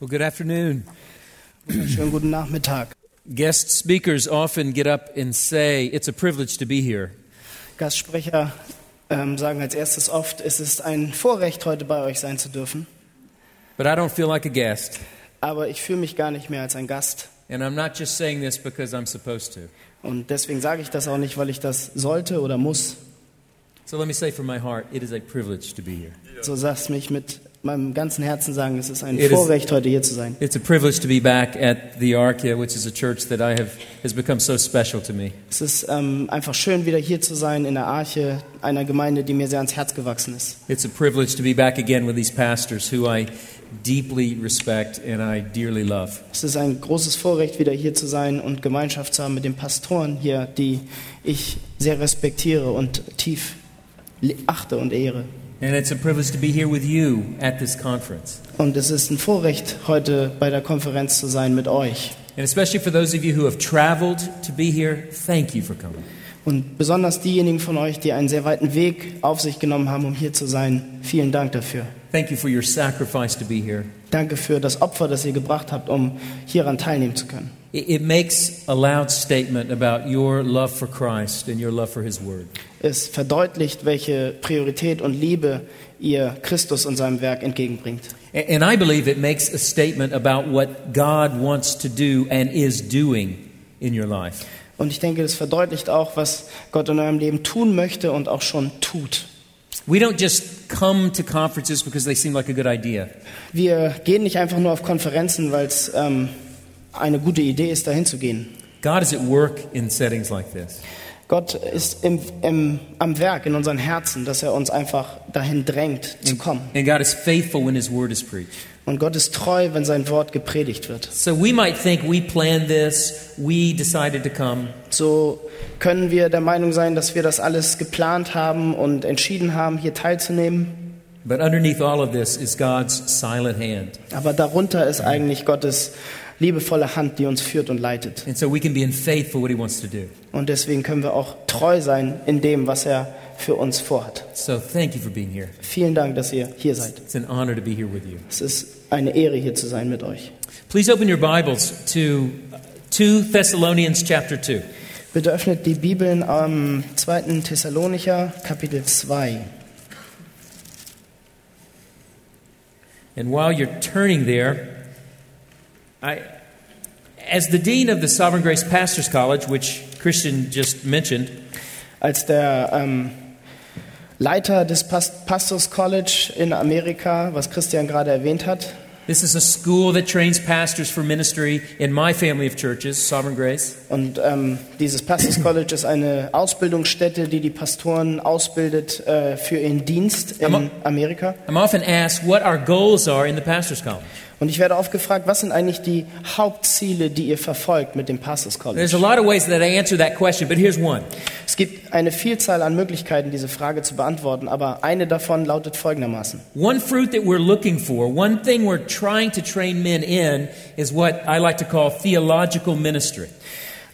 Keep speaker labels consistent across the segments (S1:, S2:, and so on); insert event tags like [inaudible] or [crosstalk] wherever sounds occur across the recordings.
S1: Well, good afternoon.
S2: Schönen guten Nachmittag.
S1: Guest speakers often get up and say, It's a privilege to be here.
S2: Gastsprecher ähm, sagen als erstes oft, es ist ein Vorrecht, heute bei euch sein zu dürfen.
S1: But I don't feel like a guest.
S2: Aber ich fühle mich gar nicht mehr als ein Gast.
S1: And I'm not just saying this because I'm supposed to.
S2: Und deswegen sage ich das auch nicht, weil ich das sollte oder muss.
S1: So let me say from my heart, it is a privilege to be here.
S2: So sagst mich mit meinem ganzen Herzen sagen, es ist ein
S1: It is-
S2: Vorrecht, heute hier zu sein.
S1: It's a privilege to be back at the Archia, which is a church that I have has become so special to me.
S2: Es ist ähm, einfach schön, wieder hier zu sein in der Arche, einer Gemeinde, die mir sehr ans Herz gewachsen ist.
S1: It's a privilege to be back again with these pastors who I deeply respect and I dearly love.
S2: Es ist ein großes Vorrecht, wieder hier zu sein und Gemeinschaft zu haben mit den Pastoren hier, die ich sehr respektiere und tief le- achte und ehre.
S1: And it's a privilege to be here with you at this conference.
S2: Und es ist ein Vorrecht, heute bei der Konferenz zu sein mit euch.
S1: And especially for those of you who have traveled to be here, thank you for coming.
S2: Und besonders diejenigen von euch, die einen sehr weiten Weg auf sich genommen haben, um hier zu sein, vielen Dank dafür.
S1: Thank you for your sacrifice to be here.
S2: Danke für das Opfer, das ihr gebracht habt, um hieran teilnehmen zu können.
S1: It, it makes a loud statement about your love for Christ and your love for His Word.
S2: Es verdeutlicht, welche Priorität und Liebe ihr Christus und seinem Werk entgegenbringt.
S1: A- And I believe it makes a statement about what God wants to do and is doing in your life.
S2: Und ich denke, das verdeutlicht auch, was Gott in eurem Leben tun möchte und auch schon tut.
S1: We don't just come to conferences because they seem like a good idea.
S2: Wir gehen nicht einfach nur auf Konferenzen, weil es ähm, eine gute Idee ist, dahin zu gehen.
S1: God is at work in settings like this.
S2: Gott ist im, im, am Werk in unseren Herzen, dass er uns einfach dahin drängt,
S1: Mhm.
S2: zu kommen.
S1: And God is faithful when His Word is preached.
S2: Und Gott ist treu, wenn sein Wort gepredigt wird.
S1: So we might think we planned this, we decided to come.
S2: So können wir der Meinung sein, dass wir das alles geplant haben und entschieden haben, hier teilzunehmen.
S1: But underneath all of this is God's silent hand.
S2: Aber darunter ist eigentlich Gottes liebevolle Hand, die uns führt und leitet.
S1: And so we can be in faith for what He wants to do.
S2: Und deswegen können wir auch treu sein in dem, was er für uns vorhat.
S1: So thank you for being here.
S2: Vielen Dank, dass ihr hier seid.
S1: It's an honor to be here with you.
S2: Es ist eine Ehre, hier zu sein mit euch.
S1: Please open your Bibles to 2 Thessalonians chapter 2.
S2: Bitte öffnet die Bibeln am 2. Thessalonicher, Kapitel 2.
S1: And while you're turning there, I as the dean of the Sovereign Grace Pastors College, which Christian just mentioned,
S2: Als der ähm, Leiter des Pas- Pastors College in Amerika, was Christian gerade erwähnt hat,
S1: this is a school that trains pastors for ministry in my family of churches, Sovereign Grace.
S2: und ähm, dieses Pastors College ist eine Ausbildungsstätte, die die Pastoren ausbildet äh, für ihren Dienst in
S1: Am-
S2: Amerika.
S1: I'm often asked what our goals are in the Pastors College.
S2: Und ich werde oft gefragt, was sind eigentlich die Hauptziele, die ihr verfolgt mit dem Pastors
S1: There's a
S2: College?
S1: lot of ways that I answer that question, but here's one.
S2: Es gibt eine Vielzahl an Möglichkeiten, diese Frage zu beantworten, aber eine davon lautet folgendermaßen.
S1: One fruit that we're looking for, one thing we're trying to train men in, is what I like to call theological ministry.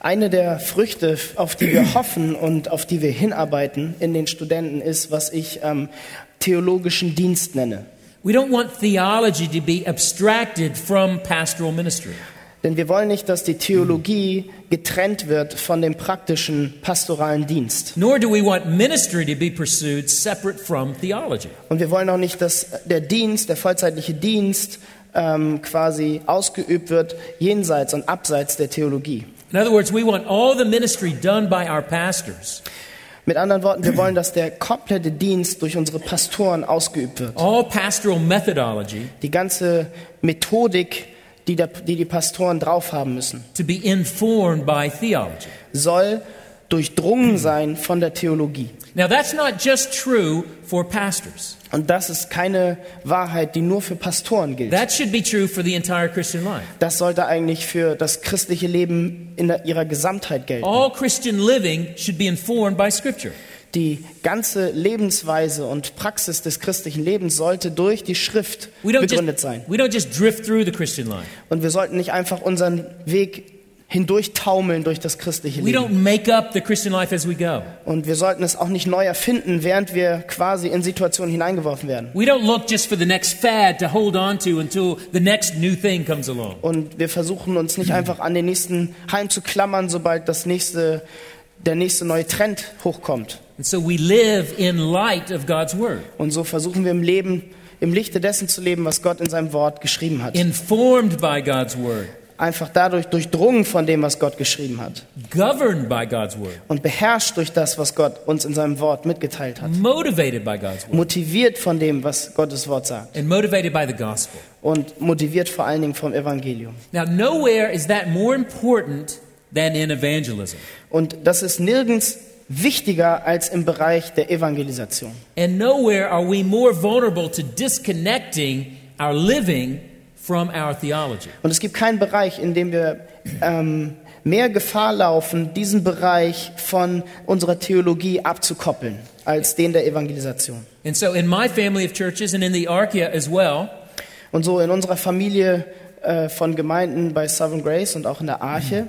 S2: Eine der Früchte, auf die
S1: [clears throat]
S2: wir hoffen und auf die wir hinarbeiten in den Studenten, ist, was ich ähm, theologischen Dienst nenne.
S1: We don't want theology to be abstracted from pastoral ministry.
S2: Denn wir wollen nicht, dass die Theologie getrennt wird von dem praktischen pastoralen Dienst.
S1: Nor do we want ministry to be pursued separate from theology.
S2: Und wir wollen auch nicht, dass der Dienst, der vollzeitliche Dienst, ähm, quasi ausgeübt wird jenseits und abseits der Theologie.
S1: In other words, we want all the ministry done by our pastors,
S2: Mit anderen Worten, wir wollen, dass der komplette Dienst durch unsere Pastoren ausgeübt wird.
S1: all pastoral methodology,
S2: Die ganze Methodik, die, der, die die Pastoren drauf haben müssen,
S1: to be informed by theology.
S2: soll durchdrungen sein von der Theologie.
S1: Now, that's not just true for pastors,
S2: Und das ist keine Wahrheit, die nur für Pastoren gilt.
S1: that should be true for the entire Christian life.
S2: Das sollte eigentlich für das christliche Leben in der, ihrer Gesamtheit gelten.
S1: All Christian living should be informed by Scripture.
S2: Die ganze Lebensweise und Praxis des christlichen Lebens sollte durch die Schrift
S1: We don't,
S2: begründet
S1: just,
S2: sein.
S1: we don't just drift through the Christian life.
S2: Und wir sollten nicht einfach unseren Weg hindurch taumeln durch das christliche
S1: We
S2: Leben.
S1: don't make up the Christian life as we go.
S2: Und wir sollten es auch nicht neu erfinden, während wir quasi in Situationen hineingeworfen werden.
S1: We don't look just for the next fad to hold on to until the next new thing comes along.
S2: Und wir versuchen uns nicht einfach an den nächsten Heim zu klammern, sobald das nächste, der nächste neue Trend hochkommt.
S1: And so we live in light of God's Word,
S2: Und so versuchen wir im Leben, im Lichte dessen zu leben, was Gott in seinem Wort geschrieben hat.
S1: informed by God's Word,
S2: Einfach dadurch durchdrungen von dem, was Gott geschrieben hat.
S1: governed by God's Word,
S2: Und beherrscht durch das, was Gott uns in seinem Wort mitgeteilt hat.
S1: motivated by God's Word,
S2: Motiviert von dem, was Gottes Wort sagt.
S1: and motivated by the gospel.
S2: Und motiviert vor allen Dingen vom Evangelium.
S1: Now, nowhere is that more important than in evangelism.
S2: Und das ist nirgends wichtiger als im Bereich der Evangelisation.
S1: And nowhere are we more vulnerable to disconnecting our living from our theology.
S2: Und es gibt keinen Bereich, in dem wir ähm, mehr Gefahr laufen, diesen Bereich von unserer Theologie abzukoppeln, als den der Evangelisation.
S1: And so, in my family of churches and in the Archaea as well,
S2: Und so in unserer Familie äh, von Gemeinden bei Southern Grace und auch in der Arche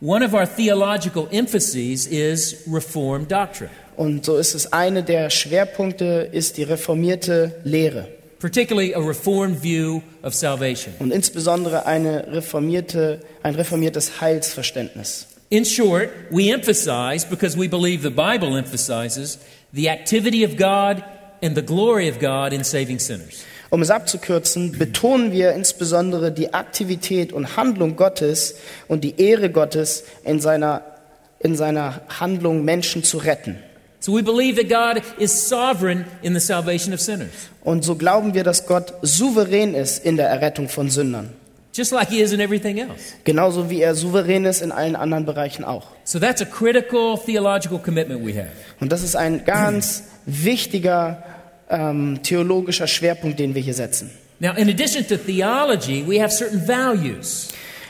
S1: one of our theological emphases is Reformed doctrine,
S2: und so ist es eine der Schwerpunkte ist die reformierte Lehre
S1: particularly a Reformed view of salvation.
S2: und insbesondere eine reformierte ein reformiertes Heilsverständnis.
S1: In short, we emphasize, because we believe the Bible emphasizes, the activity of God and the glory of God in saving sinners.
S2: Um es abzukürzen, betonen wir insbesondere die Aktivität und Handlung Gottes und die Ehre Gottes in seiner, in seiner Handlung, Menschen zu retten.
S1: So we believe that God is sovereign in the salvation of sinners,
S2: Und so glauben wir, dass Gott souverän ist in der Errettung von Sündern.
S1: just like He is in everything else.
S2: Genauso wie er souverän ist in allen anderen Bereichen auch.
S1: So that's a critical theological commitment we have.
S2: Und das ist ein ganz wichtiger ähm, theologischer Schwerpunkt, den wir hier setzen.
S1: Now, in addition to theology, we have certain values.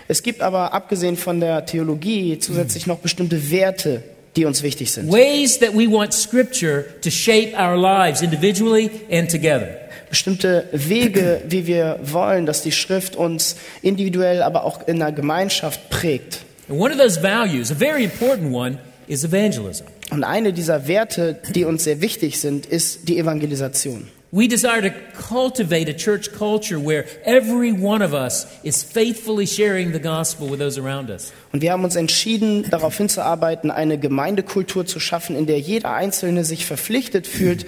S2: Es gibt aber, abgesehen von der Theologie, zusätzlich noch bestimmte Werte, die uns wichtig sind.
S1: Ways that we want Scripture to shape our lives individually and together.
S2: bestimmte Wege, wie wir wollen, dass die Schrift uns individuell, aber auch in der Gemeinschaft prägt.
S1: And one of those values, a very important one, is evangelism.
S2: Und eine dieser Werte, die uns sehr wichtig sind, ist die Evangelisation.
S1: We desire to cultivate a church culture where every one of us is faithfully sharing the gospel with those around us.
S2: Und wir haben uns entschieden, darauf hinzuarbeiten, eine Gemeindekultur zu schaffen, in der jeder Einzelne sich verpflichtet fühlt,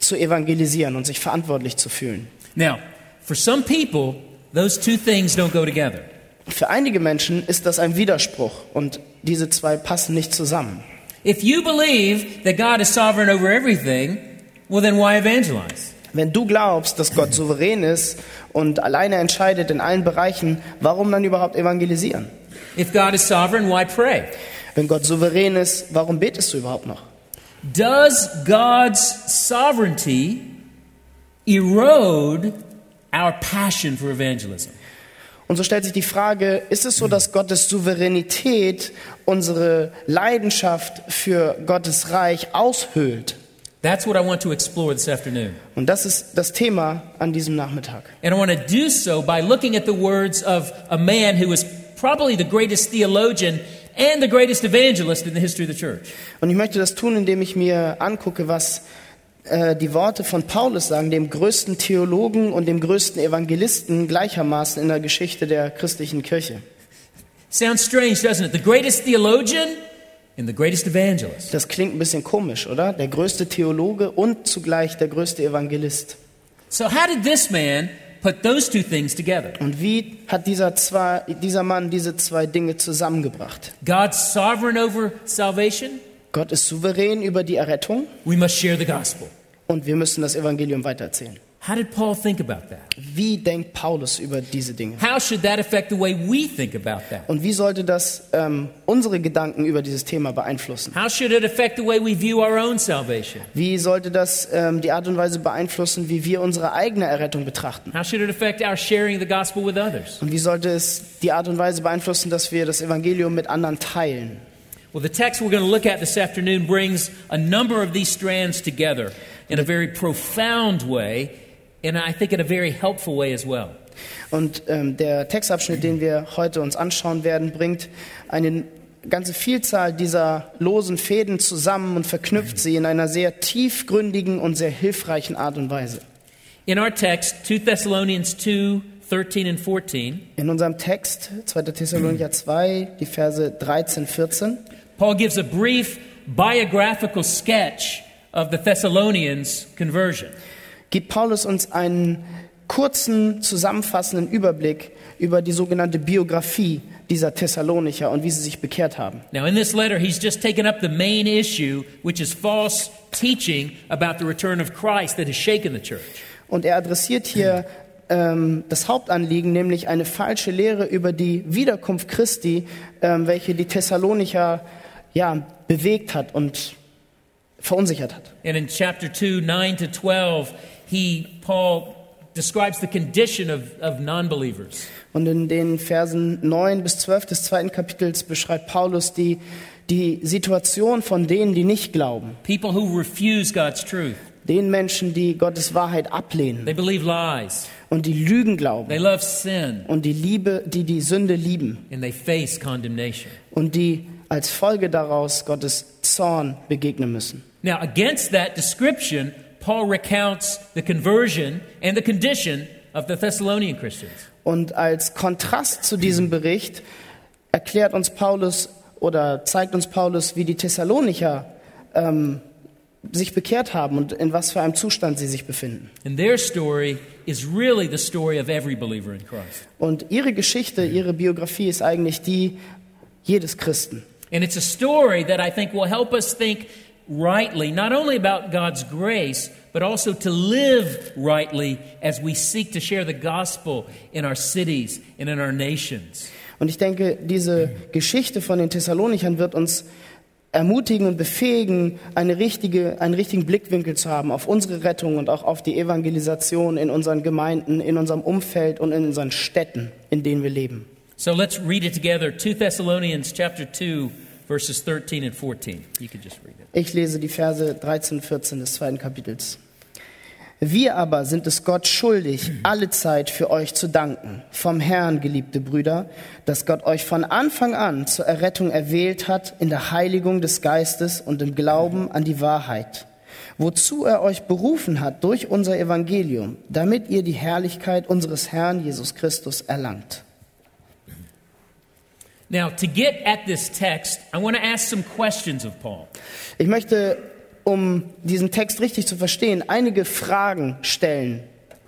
S2: zu evangelisieren und sich verantwortlich zu fühlen.
S1: Now, for some people, those two things don't go together.
S2: Für einige Menschen ist das ein Widerspruch und diese zwei passen nicht zusammen.
S1: If you believe that God is sovereign over everything, well, then why evangelize?
S2: Wenn du glaubst, dass Gott souverän ist und alleine entscheidet in allen Bereichen, warum dann überhaupt evangelisieren?
S1: If God is sovereign, why pray?
S2: Wenn Gott souverän ist, warum betest du überhaupt noch?
S1: Does God's sovereignty erode our passion for evangelism?
S2: Und so stellt sich die Frage, ist es so, dass Gottes Souveränität unsere Leidenschaft für Gottes Reich aushöhlt?
S1: That's what I want to explore this afternoon.
S2: Und das ist das Thema an diesem Nachmittag.
S1: And I want to do so by looking at the words of a man who was probably the greatest theologian and the greatest evangelist in the history of the church.
S2: Und ich möchte das tun, indem ich mir angucke, was äh, die Worte von Paulus sagen, dem größten Theologen und dem größten Evangelisten gleichermaßen in der Geschichte der christlichen Kirche.
S1: Sounds strange, doesn't it? The greatest theologian and the greatest evangelist.
S2: Das klingt ein bisschen komisch, oder? Der größte Theologe und zugleich der größte Evangelist.
S1: So, how did this man put those two things together?
S2: Und wie hat dieser, zwei, dieser Mann diese zwei Dinge zusammengebracht?
S1: God's sovereign over salvation.
S2: Gott ist souverän über die Errettung
S1: We must share the gospel.
S2: und wir müssen das Evangelium weitererzählen.
S1: How did Paul think about that?
S2: Wie denkt Paulus über diese Dinge?
S1: How should that affect the way we think about that?
S2: Und wie sollte das ähm, unsere Gedanken über dieses Thema beeinflussen?
S1: How should it affect the way we view our own salvation?
S2: Wie sollte das ähm, die Art und Weise beeinflussen, wie wir unsere eigene Errettung betrachten?
S1: How should it affect our sharing the gospel with others?
S2: Und wie sollte es die Art und Weise beeinflussen, dass wir das Evangelium mit anderen teilen?
S1: Well, the text we're going to look at this afternoon brings a number of these strands together in a very profound way, and I think in a very helpful way as well.
S2: Und ähm, der Textabschnitt, den wir heute uns anschauen werden, bringt eine ganze Vielzahl dieser losen Fäden zusammen und verknüpft sie in einer sehr tiefgründigen und sehr hilfreichen Art und Weise.
S1: In our text, 2 Thessalonians 2 13 and 14,
S2: In unserem Text 2. Thessalonicher 2, die Verse 13, 14
S1: Paul gives a brief biographical sketch of the Thessalonians' conversion.
S2: gibt Paulus uns einen kurzen zusammenfassenden Überblick über die sogenannte Biografie dieser Thessalonicher und wie sie sich bekehrt haben.
S1: Now, in this letter, he's just taken up the main issue, which is false teaching about the return of Christ that has shaken the church.
S2: Und er adressiert hier ähm, das Hauptanliegen, nämlich eine falsche Lehre über die Wiederkunft Christi, ähm, welche die Thessalonicher ja, bewegt hat und verunsichert hat.
S1: And in chapter 2, 9 to 12, he, Paul, describes the condition of, of non believers.
S2: Und in den Versen 9 bis 12 des zweiten Kapitels beschreibt Paulus die, die Situation von denen, die nicht glauben,
S1: People who refuse God's truth.
S2: den Menschen, die Gottes Wahrheit ablehnen
S1: They believe lies.
S2: und die Lügen glauben
S1: They love sin.
S2: und die Liebe, die die Sünde lieben
S1: And they face condemnation.
S2: und die als Folge daraus Gottes Zorn begegnen müssen.
S1: Now, against that description, Paul recounts the conversion and the condition of the Thessalonian Christians.
S2: Und als Kontrast zu diesem Bericht erklärt uns Paulus oder zeigt uns Paulus, wie die Thessalonicher ähm, sich bekehrt haben und in was für einem Zustand sie sich befinden.
S1: And their story is really the story of every believer in Christ.
S2: Und ihre Geschichte, ihre Biografie ist eigentlich die jedes Christen.
S1: And it's a story that I think will help us think rightly, not only about God's grace, but also to live rightly as we seek to share the gospel in our cities and in our nations.
S2: Und ich denke, diese Geschichte von den Thessalonichern wird uns ermutigen und befähigen, eine richtige, einen richtigen Blickwinkel zu haben auf unsere Rettung und auch auf die Evangelisation in unseren Gemeinden, in unserem Umfeld und in unseren Städten, in denen wir leben.
S1: So let's read it together 2 Thessalonians chapter 2 verses 13 and 14. You can just read it.
S2: Ich lese die Verse 13, 14 des zweiten Kapitels. Wir aber sind es Gott schuldig, alle Zeit für euch zu danken, vom Herrn, geliebte Brüder, dass Gott euch von Anfang an zur Errettung erwählt hat in der Heiligung des Geistes und im Glauben an die Wahrheit, wozu er euch berufen hat durch unser Evangelium, damit ihr die Herrlichkeit unseres Herrn Jesus Christus erlangt.
S1: Now, to get at this text, I want to ask some questions of Paul.
S2: Ich möchte, um diesen Text richtig zu verstehen, einige Fragen stellen.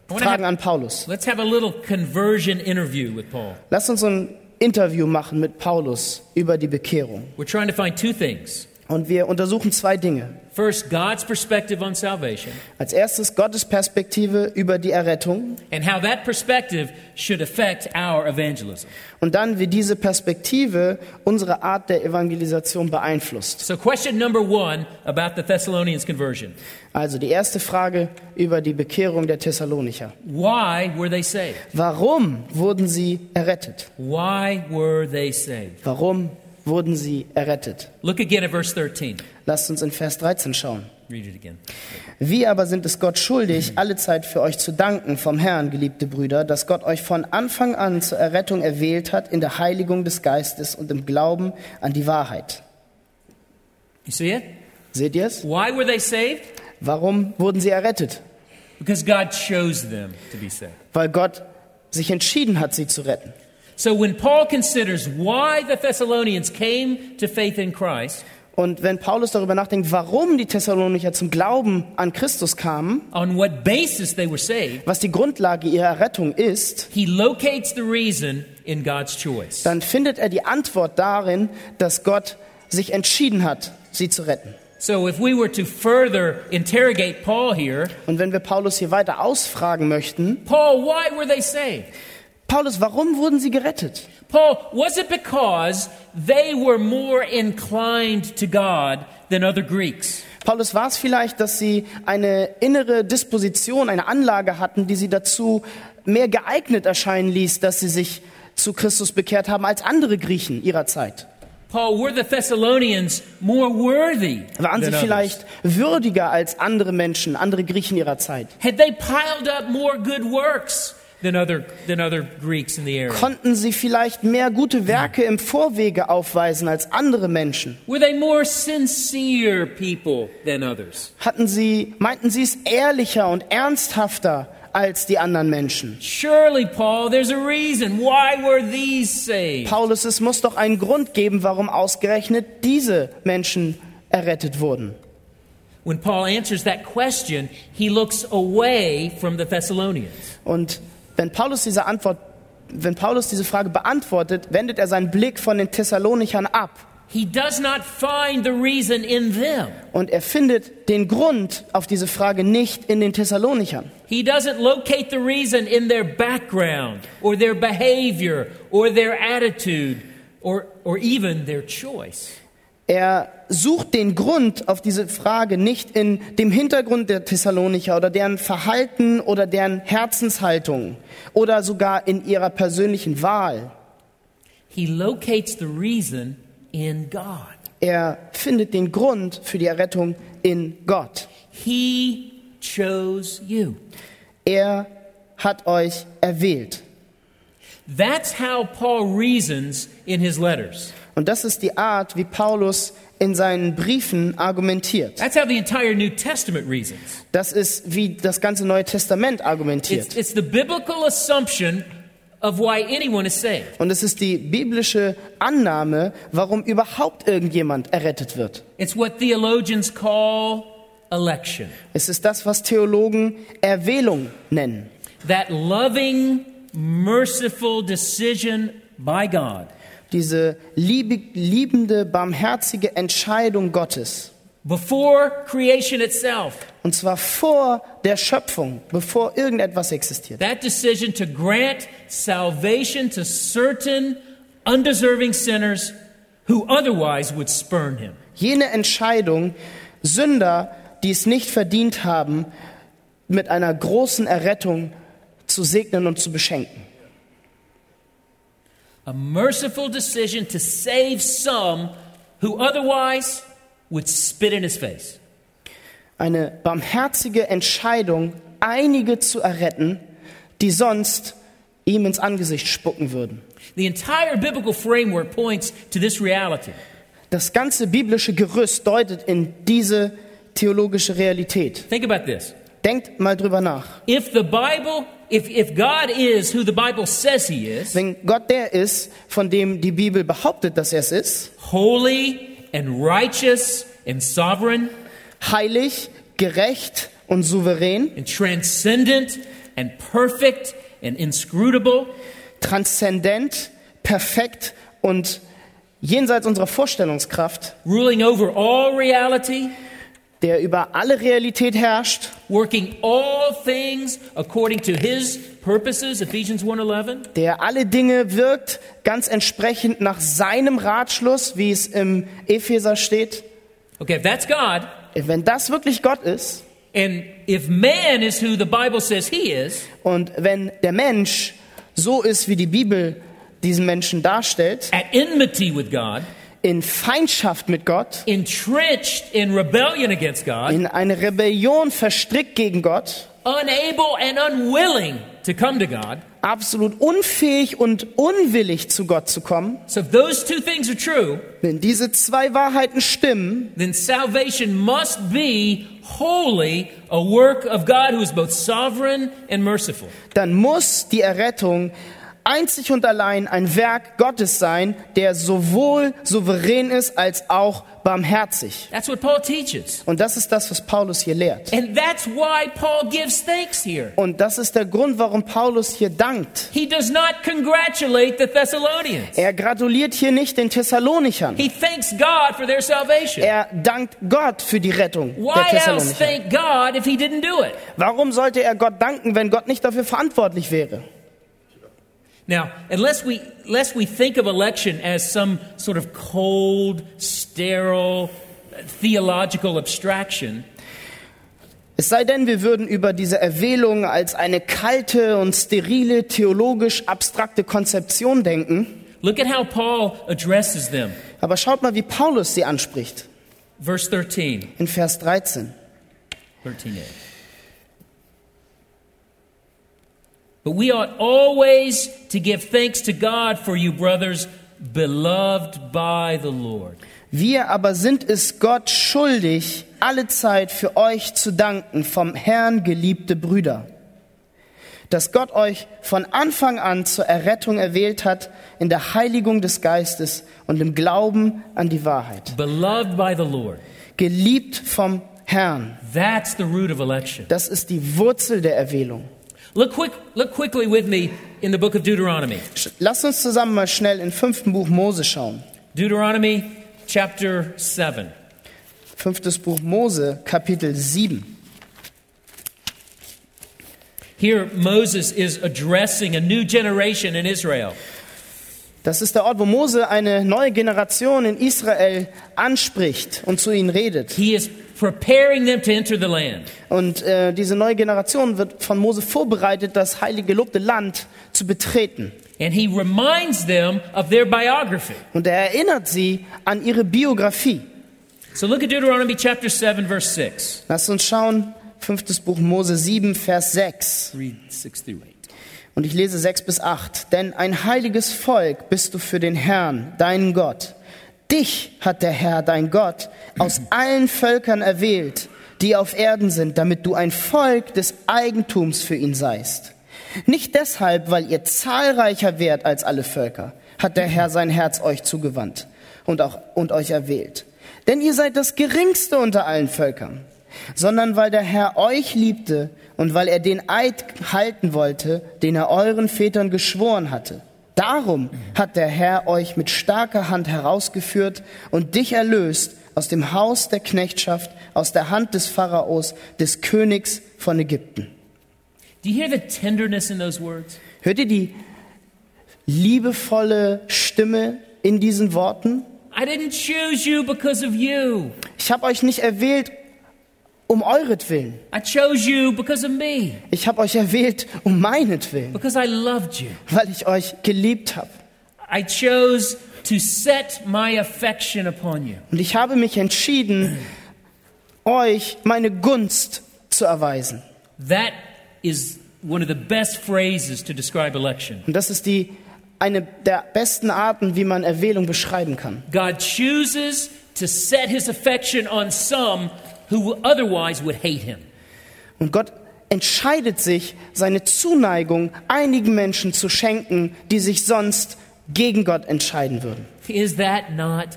S1: Und
S2: Fragen
S1: er-
S2: an Paulus.
S1: Let's have a little conversion interview with Paul.
S2: Lasst uns so ein Interview machen mit Paulus über die Bekehrung.
S1: We're trying to find two things.
S2: Und wir untersuchen zwei Dinge.
S1: First, God's perspective on salvation
S2: Als erstes Gottes Perspektive über die Errettung
S1: and how that perspective should affect our evangelism.
S2: und dann, wie diese Perspektive unsere Art der Evangelisation beeinflusst.
S1: So, question number one about the Thessalonians' conversion
S2: Also die erste Frage über die Bekehrung der Thessalonicher.
S1: Why were they saved?
S2: Warum wurden sie errettet?
S1: Why were they saved?
S2: Warum wurden sie errettet?
S1: Look again at verse 13.
S2: Lasst uns in Vers 13 schauen.
S1: Read it again.
S2: Wir aber sind es Gott schuldig, alle Zeit für euch zu danken vom Herrn, geliebte Brüder, dass Gott euch von Anfang an zur Errettung erwählt hat in der Heiligung des Geistes und im Glauben an die Wahrheit.
S1: You see it?
S2: Seht ihr es?
S1: Why were they saved?
S2: Warum wurden sie errettet?
S1: Because God chose them to be saved.
S2: Weil Gott sich entschieden hat, sie zu retten.
S1: So, when Paul considers why the Thessalonians came to faith in Christ,
S2: Und wenn Paulus darüber nachdenkt, warum die Thessalonicher zum Glauben an Christus kamen,
S1: on what basis they were saved,
S2: was die Grundlage ihrer Errettung ist,
S1: He locates the reason in God's choice.
S2: dann findet er die Antwort darin, dass Gott sich entschieden hat, sie zu retten.
S1: So if we were to further interrogate Paul here,
S2: Und wenn wir Paulus hier weiter ausfragen möchten,
S1: Paul, why were they saved?
S2: Paulus, warum wurden sie gerettet?
S1: Paul, was it because they were more inclined to God than other Greeks?
S2: Paulus, war es vielleicht, dass sie eine innere Disposition, eine Anlage hatten, die sie dazu mehr geeignet erscheinen ließ, dass sie sich zu Christus bekehrt haben als andere Griechen ihrer Zeit?
S1: Paul, were the Thessalonians more worthy than
S2: Waren sie
S1: others?
S2: vielleicht würdiger als andere Menschen, andere Griechen ihrer Zeit?
S1: Had they piled up more good works than other, than other Greeks in the area?
S2: Konnten sie vielleicht mehr gute Werke im Vorwege aufweisen als andere Menschen?
S1: Were they more sincere people than others?
S2: Hatten sie, meinten sie es ehrlicher und ernsthafter als die anderen Menschen?
S1: Surely, Paul, there's a reason. Why were these saved?
S2: Paulus, es muss doch einen Grund geben, warum ausgerechnet diese Menschen errettet wurden.
S1: When Paul answers that question, he looks away from the Thessalonians.
S2: Und wenn Paulus diese Antwort, wenn Paulus diese Frage beantwortet, wendet er seinen Blick von den Thessalonichern ab
S1: He does not find the reason in them.
S2: und er findet den Grund auf diese Frage nicht in den Thessalonichern.
S1: He doesn't locate the reason in their background or their behavior or their attitude or, or even their choice.
S2: Er sucht den Grund auf diese Frage nicht in dem Hintergrund der Thessalonicher oder deren Verhalten oder deren Herzenshaltung oder sogar in ihrer persönlichen Wahl.
S1: He locates the reason in God.
S2: Er findet den Grund für die Errettung in Gott.
S1: He chose you.
S2: Er hat euch erwählt.
S1: That's how Paul reasons in his letters.
S2: Und das ist die Art, wie Paulus in seinen Briefen argumentiert.
S1: That's how the entire New Testament reasons.
S2: Das ist, wie das ganze Neue Testament
S1: It's,
S2: argumentiert.
S1: it's the biblical assumption of why anyone is saved.
S2: Und es ist die biblische Annahme, warum überhaupt irgendjemand errettet wird.
S1: It's what theologians call election.
S2: Es ist das, was Theologen Erwählung nennen.
S1: That loving, merciful decision by God,
S2: Diese lieb liebende, barmherzige Entscheidung Gottes.
S1: before creation itself,
S2: Und zwar vor der Schöpfung, bevor irgendetwas existiert.
S1: that decision to grant salvation to certain undeserving sinners who otherwise would spurn him.
S2: Jene Entscheidung, Sünder, die es nicht verdient haben, mit einer großen Errettung zu segnen und zu beschenken.
S1: A merciful decision to save some who otherwise would spit in his face.
S2: Eine barmherzige Entscheidung, einige zu erretten, die sonst ihm ins Angesicht spucken würden.
S1: The entire biblical framework points to this reality.
S2: Das ganze biblische Gerüst deutet in diese theologische Realität.
S1: Think about this.
S2: Denkt mal drüber nach.
S1: If the Bible, if, if God is who the Bible says he is,
S2: Wenn Gott der ist, von dem die Bibel behauptet, dass er es ist,
S1: holy and righteous and sovereign
S2: heilig, gerecht und souverän,
S1: and transcendent and perfect and inscrutable,
S2: transzendent, perfekt und jenseits unserer Vorstellungskraft,
S1: ruling over all reality,
S2: der über alle Realität herrscht,
S1: working all things according to his purposes, Ephesians 1:11,
S2: der alle Dinge wirkt, ganz entsprechend nach seinem Ratschluss, wie es im Epheser steht.
S1: Okay, if that's God,
S2: Wenn das wirklich Gott ist,
S1: and if man is who the Bible says he is,
S2: Und wenn der Mensch so ist, wie die Bibel diesen Menschen darstellt,
S1: at enmity with God,
S2: in Feindschaft mit Gott,
S1: entrenched in rebellion against God,
S2: in eine Rebellion verstrickt gegen Gott,
S1: unable and unwilling to come to God.
S2: absolut unfähig und unwillig zu Gott zu kommen,
S1: So if those two things are true,
S2: wenn diese zwei Wahrheiten stimmen,
S1: then salvation must be wholly a work of God who is both sovereign and merciful.
S2: dann muss die Errettung einzig und allein ein Werk Gottes sein, der sowohl souverän ist als auch barmherzig.
S1: That's what Paul teaches.
S2: Und das ist das, was Paulus hier lehrt.
S1: And that's why Paul gives thanks here.
S2: Und das ist der Grund, warum Paulus hier dankt.
S1: He does not congratulate the Thessalonians.
S2: Er gratuliert hier nicht den Thessalonichern.
S1: He thanks God for their salvation.
S2: Er dankt Gott für die Rettung der
S1: Why else
S2: Thessalonicher.
S1: thank God if he didn't do it?
S2: Warum sollte er Gott danken, wenn Gott nicht dafür verantwortlich wäre?
S1: Now, unless we, unless we think of election as some sort of cold, sterile, theological abstraction,
S2: Es sei denn, wir würden über diese Erwählung als eine kalte und sterile, theologisch abstrakte Konzeption denken.
S1: look at how Paul addresses them.
S2: Aber schaut mal, wie Paulus sie anspricht
S1: Verse 13,
S2: in Vers 13.
S1: 13a. But we ought always to give thanks to God for you, brothers, beloved by the Lord.
S2: Wir aber sind es Gott schuldig, alle Zeit für euch zu danken, vom Herrn geliebte Brüder, dass Gott euch von Anfang an zur Errettung erwählt hat, in der Heiligung des Geistes und im Glauben an die Wahrheit.
S1: Beloved by the Lord.
S2: Geliebt vom Herrn,
S1: That's the root of election.
S2: das ist die Wurzel der Erwählung.
S1: Look, quick, look quickly with me in the book of Deuteronomy.
S2: Sch- Lasst uns zusammen mal schnell in 5. Buch Mose schauen.
S1: Deuteronomy chapter 7.
S2: Fünftes Buch Mose, Kapitel 7.
S1: Here, Moses is addressing a new generation in Israel.
S2: Das ist der Ort, wo Mose eine neue Generation in Israel anspricht und zu ihnen redet.
S1: He is preparing them to enter the land.
S2: Und äh, diese neue Generation wird von Mose vorbereitet, das heilige gelobte Land zu betreten.
S1: And he reminds them of their biography.
S2: Und er erinnert sie an ihre Biografie.
S1: So look at Deuteronomy chapter 7, verse 6.
S2: Lasst uns schauen, fünftes Buch Mose 7, Vers 6.
S1: Read 6 through 8.
S2: Und ich lese 6 bis 8. Denn ein heiliges Volk bist du für den Herrn, deinen Gott. Dich hat der Herr, dein Gott, aus allen Völkern erwählt, die auf Erden sind, damit du ein Volk des Eigentums für ihn seist. Nicht deshalb, weil ihr zahlreicher wärt als alle Völker, hat der Herr sein Herz euch zugewandt und, auch, und euch erwählt. Denn ihr seid das Geringste unter allen Völkern sondern weil der Herr euch liebte und weil er den Eid halten wollte, den er euren Vätern geschworen hatte. Darum hat der Herr euch mit starker Hand herausgeführt und dich erlöst aus dem Haus der Knechtschaft, aus der Hand des Pharaos, des Königs von Ägypten.
S1: Do you hear the tenderness in those words?
S2: Hört ihr die liebevolle Stimme in diesen Worten?
S1: I didn't choose you because of you.
S2: Ich habe euch nicht erwählt um euretwillen.
S1: I chose you because of me,
S2: Ich habe euch erwählt um meinetwillen,
S1: because I loved you.
S2: weil ich euch geliebt habe.
S1: I chose to set my affection upon you.
S2: Und ich habe mich entschieden, euch meine Gunst zu erweisen.
S1: That is one of the best phrases to describe election.
S2: Und das ist die, eine der besten Arten, wie man Erwählung beschreiben kann.
S1: God chooses to set his affection on some who otherwise would hate him.
S2: Und Gott entscheidet sich, seine Zuneigung einigen Menschen zu schenken, die sich sonst gegen Gott entscheiden würden.
S1: Is that not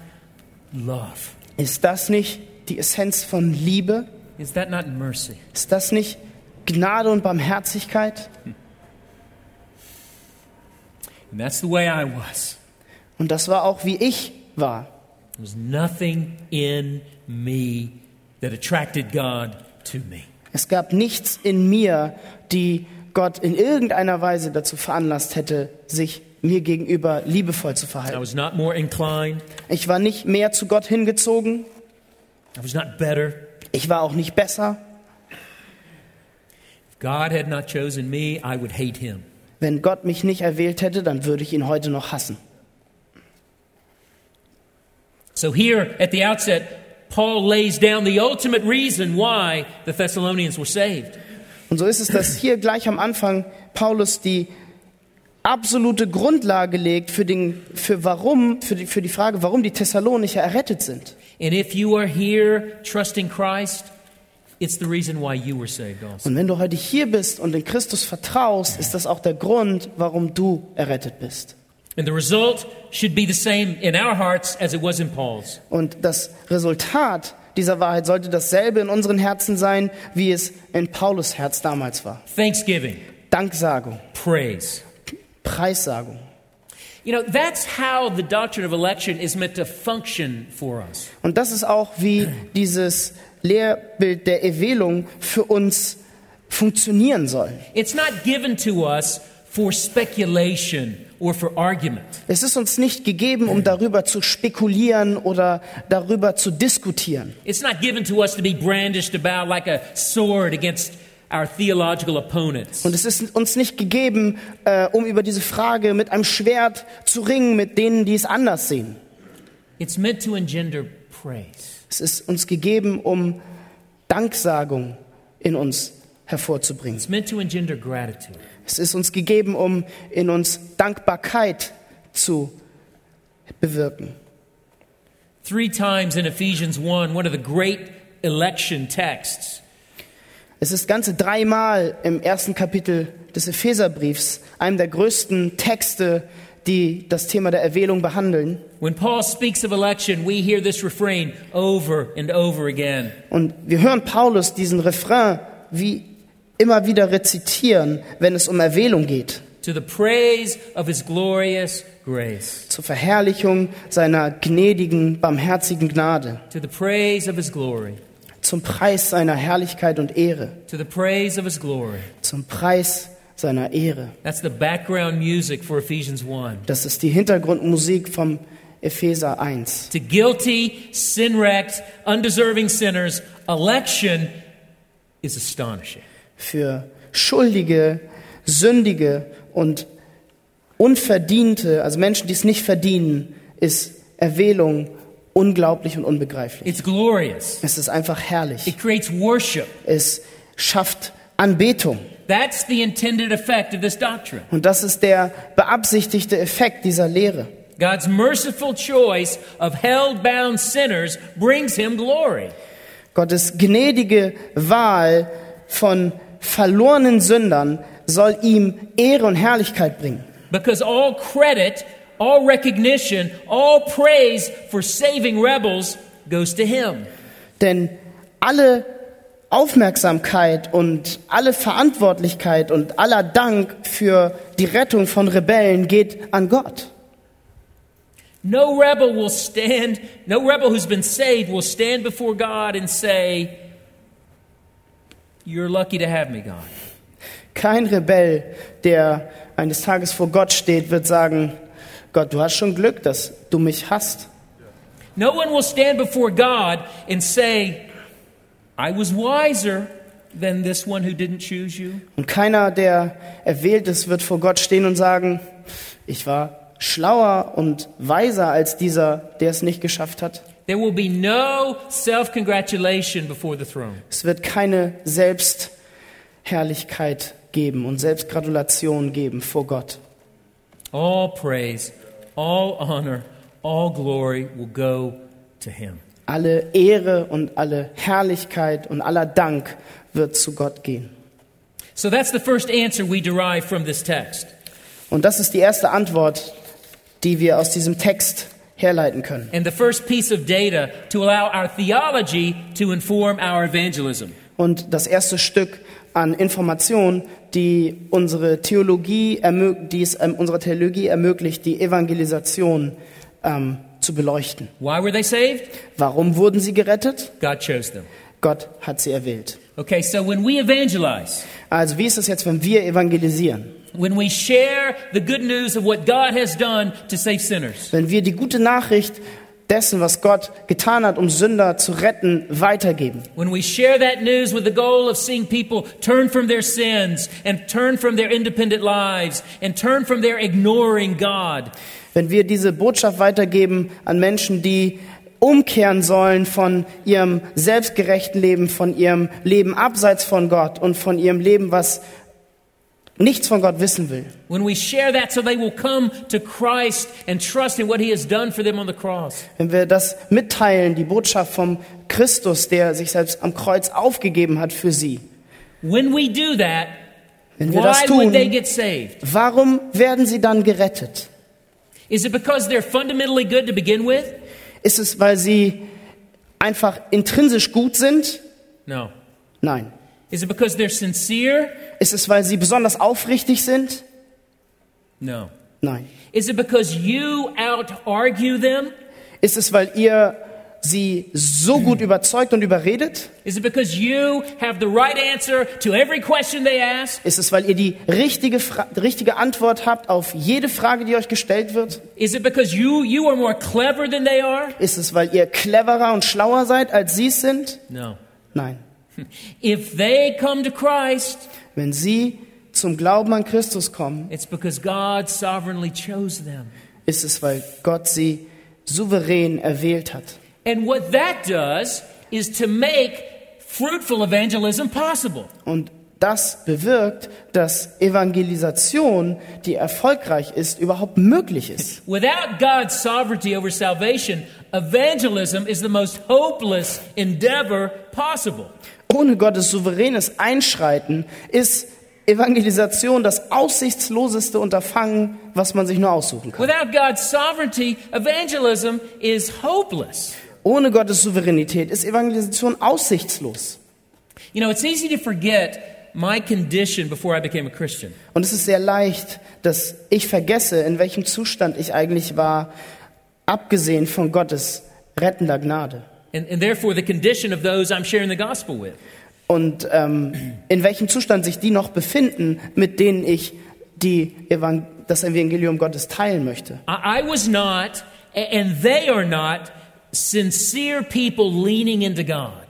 S1: love?
S2: Ist das nicht die Essenz von Liebe?
S1: Is that not mercy?
S2: Ist das nicht Gnade und Barmherzigkeit?
S1: And that's the way I was.
S2: Und das war auch, wie ich war.
S1: There was nothing in me that attracted God to me.
S2: Es gab nichts in mir, die Gott in irgendeiner Weise dazu veranlasst hätte, sich mir gegenüber liebevoll zu
S1: I
S2: verhalten.
S1: was not more inclined.
S2: Ich war nicht mehr zu Gott hingezogen.
S1: I was not better.
S2: Ich war auch nicht besser.
S1: If God had not chosen me, I would hate him.
S2: Wenn Gott mich nicht erwählt hätte, dann würde ich ihn heute noch hassen.
S1: So, here at the outset, Paul lays down the ultimate reason why the Thessalonians were saved.
S2: Und so ist es, dass hier gleich am Anfang Paulus die absolute Grundlage legt für, den, für, warum, für, die, für die Frage, warum die Thessalonicher errettet sind.
S1: And if you are here trusting Christ, it's the reason why you were saved also.
S2: Und wenn du heute hier bist und in Christus vertraust, ist das auch der Grund, warum du errettet bist.
S1: And the result should be the same in our hearts as it was in Paul's.
S2: Und das Resultat dieser Wahrheit sollte dasselbe in unseren Herzen sein, wie es in Paulus Herz damals war.
S1: Thanksgiving,
S2: Danksagung,
S1: praise.
S2: Preissagung.
S1: You know, that's how the doctrine of election is meant to function for us.
S2: Und das ist auch, wie dieses Lehrbild der Erwählung für uns funktionieren soll.
S1: It's not given to us for speculation or for argument.
S2: Es ist uns nicht gegeben, um darüber zu spekulieren oder darüber zu diskutieren.
S1: It's not given to us to be brandished about like a sword against our theological opponents.
S2: Und es ist uns nicht gegeben, äh, um über diese Frage mit einem Schwert zu ringen mit denen, die es anders sehen.
S1: It's meant to engender praise.
S2: Es ist uns gegeben, um Danksagung in uns hervorzubringen.
S1: It's meant to engender gratitude.
S2: Es ist uns gegeben, um in uns Dankbarkeit zu bewirken.
S1: Three times in Ephesians 1, one of the great election texts,
S2: Es ist ganze dreimal im ersten Kapitel des Epheserbriefs, einem der größten Texte, die das Thema der Erwählung behandeln.
S1: when Paul speaks of election, we hear this refrain over and over again.
S2: Und wir hören Paulus diesen Refrain wie immer wieder rezitieren, wenn es um Erwählung geht,
S1: To the praise of his glorious grace.
S2: zur Verherrlichung seiner gnädigen, barmherzigen Gnade,
S1: To the praise of his glory.
S2: zum Preis seiner Herrlichkeit und Ehre,
S1: To the praise of his glory.
S2: zum Preis seiner Ehre.
S1: That's the background music for Ephesians 1.
S2: Das ist die Hintergrundmusik vom Epheser 1.
S1: To guilty, sin wrecked, undeserving sinners, election is astonishing.
S2: Für Schuldige, Sündige und Unverdiente, also Menschen, die es nicht verdienen, ist Erwählung unglaublich und unbegreiflich.
S1: It's glorious.
S2: Es ist einfach herrlich.
S1: It creates worship.
S2: Es schafft Anbetung.
S1: That's the intended effect of this doctrine.
S2: Und das ist der beabsichtigte Effekt dieser Lehre.
S1: God's merciful choice of hell bound sinners brings him glory.
S2: Gottes gnädige Wahl von verlorenen Sündern soll ihm Ehre und Herrlichkeit bringen.
S1: Because all credit, all recognition, all praise for saving rebels goes to him.
S2: Denn alle Aufmerksamkeit und alle Verantwortlichkeit und aller Dank für die Rettung von Rebellen geht an Gott.
S1: No rebel will stand, no rebel who's been saved will stand before God and say, You're lucky to have me, God.
S2: Kein Rebell, der eines Tages vor Gott steht, wird sagen, Gott, du hast schon Glück, dass du mich hast.
S1: No one will stand before God and say, I was wiser than this one who didn't choose you.
S2: Und keiner, der erwählt ist, wird vor Gott stehen und sagen, ich war schlauer und weiser als dieser, der es nicht geschafft hat.
S1: There will be no self congratulation before the throne.
S2: Es wird keine Selbstherrlichkeit geben und Selbstgratulation geben vor Gott.
S1: All praise, all honor, all glory will go to him.
S2: Alle Ehre und alle Herrlichkeit und aller Dank wird zu Gott gehen.
S1: So that's the first answer we derive from this text.
S2: Und das ist die erste Antwort, die wir aus diesem Text herleiten können.
S1: And the first piece of data to allow our theology to inform our evangelism.
S2: Und das erste Stück an Information, die unsere Theologie, ermög- die es ähm, unserer Theologie ermöglicht, die Evangelisation ähm, zu beleuchten.
S1: Why were they saved?
S2: Warum wurden sie gerettet?
S1: God chose them.
S2: Gott hat sie erwählt.
S1: Okay, so when we evangelize,
S2: Also wie ist es jetzt, wenn wir evangelisieren?
S1: when we share the good news of what God has done to save sinners,
S2: Wenn wir die gute Nachricht dessen, was Gott getan hat, um Sünder zu retten, weitergeben.
S1: when we share that news with the goal of seeing people turn from their sins and turn from their independent lives and turn from their ignoring God,
S2: Wenn wir diese Botschaft weitergeben an Menschen, die umkehren sollen von ihrem selbstgerechten Leben, von ihrem Leben abseits von Gott und von ihrem Leben, was nichts von Gott wissen will.
S1: when we share that so they will come to Christ and trust in what He has done for them on the cross.
S2: Wenn wir das mitteilen, die Botschaft vom Christus, der sich selbst am Kreuz aufgegeben hat für sie.
S1: When we do that,
S2: Wenn wir das
S1: why would they
S2: tun,
S1: get saved?
S2: warum werden sie dann gerettet?
S1: Is it because they're fundamentally good to begin with?
S2: Ist es, weil sie einfach intrinsisch gut sind?
S1: No.
S2: Nein.
S1: Is it because they're sincere?
S2: Ist es, weil sie besonders aufrichtig sind?
S1: No.
S2: Nein.
S1: Is it because you out argue them?
S2: Ist es, weil ihr sie so gut überzeugt und überredet?
S1: Is it because you have the right answer to every question they ask?
S2: Ist es, weil ihr die richtige, Fra richtige Antwort habt auf jede Frage, die euch gestellt wird?
S1: Is it because you you are more clever than they are?
S2: Ist es, weil ihr cleverer und schlauer seid, als sie es sind?
S1: No.
S2: Nein.
S1: If they come to Christ,
S2: Wenn sie zum Glauben an Christus kommen,
S1: it's because God sovereignly chose them.
S2: ist es, weil Gott sie souverän erwählt hat.
S1: And what that does is to make fruitful evangelism possible.
S2: Und Das bewirkt, dass Evangelisation, die erfolgreich ist, überhaupt möglich ist.
S1: Without God's sovereignty over salvation, evangelism is the most hopeless endeavor possible.
S2: Ohne Gottes souveränes Einschreiten ist Evangelisation das aussichtsloseste Unterfangen, was man sich nur aussuchen kann.
S1: Without God's sovereignty, evangelism is hopeless.
S2: Ohne Gottes Souveränität ist Evangelisation aussichtslos.
S1: You know, it's easy to forget my condition before I became a Christian.
S2: Und es ist sehr leicht, dass ich vergesse, in welchem Zustand ich eigentlich war, abgesehen von Gottes rettender Gnade.
S1: And, and therefore, the condition of those I'm sharing the gospel with.
S2: Und ähm, in welchem Zustand sich die noch befinden, mit denen ich die Evan das Evangelium Gottes teilen möchte.
S1: I, I was not, a- and they are not, sincere people leaning into God.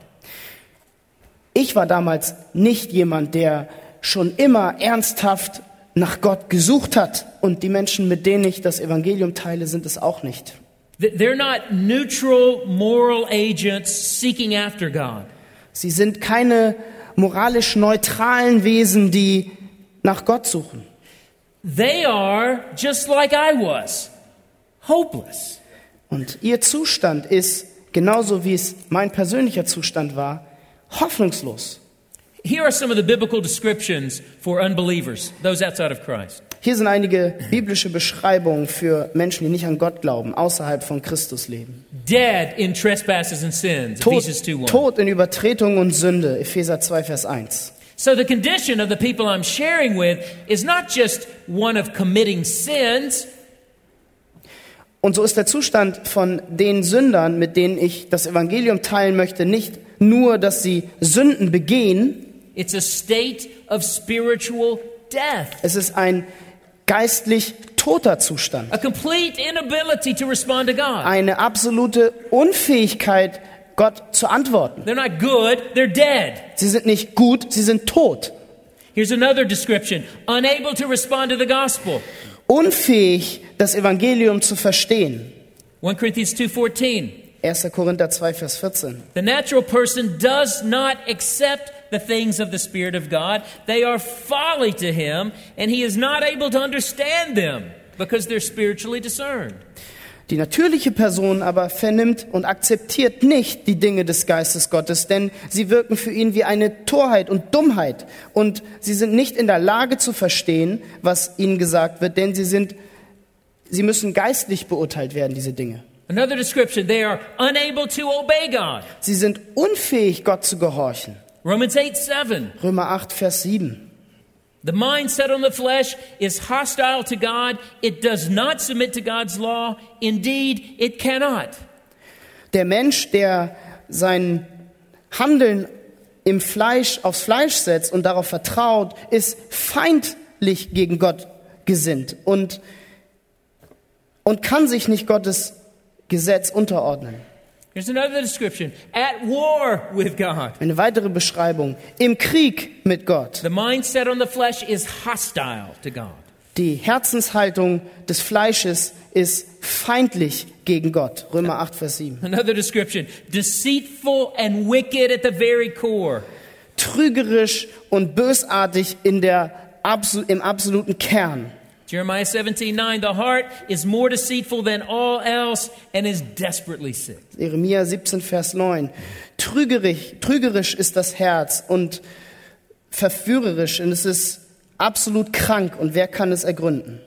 S2: Ich war damals nicht jemand, der schon immer ernsthaft nach Gott gesucht hat. Und die Menschen, mit denen ich das Evangelium teile, sind es auch nicht.
S1: Th- They're not neutral moral agents seeking after God.
S2: Sie sind keine moralisch neutralen Wesen, die nach Gott suchen.
S1: They are, just like I was, hopeless.
S2: Und ihr Zustand ist, genauso wie es mein persönlicher Zustand war, hoffnungslos.
S1: Here are some of the biblical descriptions for unbelievers, those outside of Christ.
S2: Hier sind einige biblische Beschreibungen für Menschen, die nicht an Gott glauben, außerhalb von Christus leben.
S1: Dead in trespasses and sins,
S2: Tod,
S1: Ephesians 2 1.
S2: Tod in Übertretung und Sünde, Epheser 2, Vers 1.
S1: So the condition of the people I'm sharing with is not just one of committing sins,
S2: Und so ist der Zustand von den Sündern, mit denen ich das Evangelium teilen möchte, nicht nur, dass sie Sünden begehen,
S1: it's a state of spiritual death,
S2: es ist ein geistlich toter Zustand.
S1: a complete inability to respond to God.
S2: Eine absolute Unfähigkeit, Gott zu antworten.
S1: They're not good, they're dead.
S2: Sie sind nicht gut, sie sind tot.
S1: Here's another description unable to respond to the gospel.
S2: Unfähig, das Evangelium zu verstehen.
S1: 1 Corinthians 2:14
S2: 1. Korinther 2, Vers 14.
S1: The natural person does not accept the things of the spirit of God they are folly to him and he is not able to understand them because they're spiritually discerned
S2: Die natürliche Person aber vernimmt und akzeptiert nicht die Dinge des Geistes Gottes, denn sie wirken für ihn wie eine Torheit und Dummheit und sie sind nicht in der Lage zu verstehen, was ihnen gesagt wird, denn sie sind, sie müssen geistlich beurteilt werden, diese Dinge.
S1: Another description they are unable to obey God
S2: Sie sind unfähig, Gott zu gehorchen.
S1: Romans 8:7
S2: Römer 8, Vers 7.
S1: The mind set on the flesh is hostile to God it does not submit to God's law indeed it cannot
S2: Der Mensch, der sein Handeln im Fleisch aufs Fleisch setzt und darauf vertraut, ist feindlich gegen Gott gesinnt und, und kann sich nicht Gottes Gesetz unterordnen.
S1: Here's another description at war with God
S2: Eine weitere Beschreibung. Im Krieg mit Gott.
S1: The mindset on the flesh is hostile to God.
S2: Die Herzenshaltung des Fleisches ist feindlich gegen Gott. Römer 8, Vers 7.
S1: Another description deceitful and wicked at the very core.
S2: Trügerisch und bösartig in der, absol- im absoluten Kern.
S1: Jeremiah 17 9, the heart is more deceitful than all else and is desperately sick.
S2: Jeremia 17, Vers 9. Trügerisch, trügerisch ist das Herz und verführerisch und es ist absolut krank und wer kann es ergründen?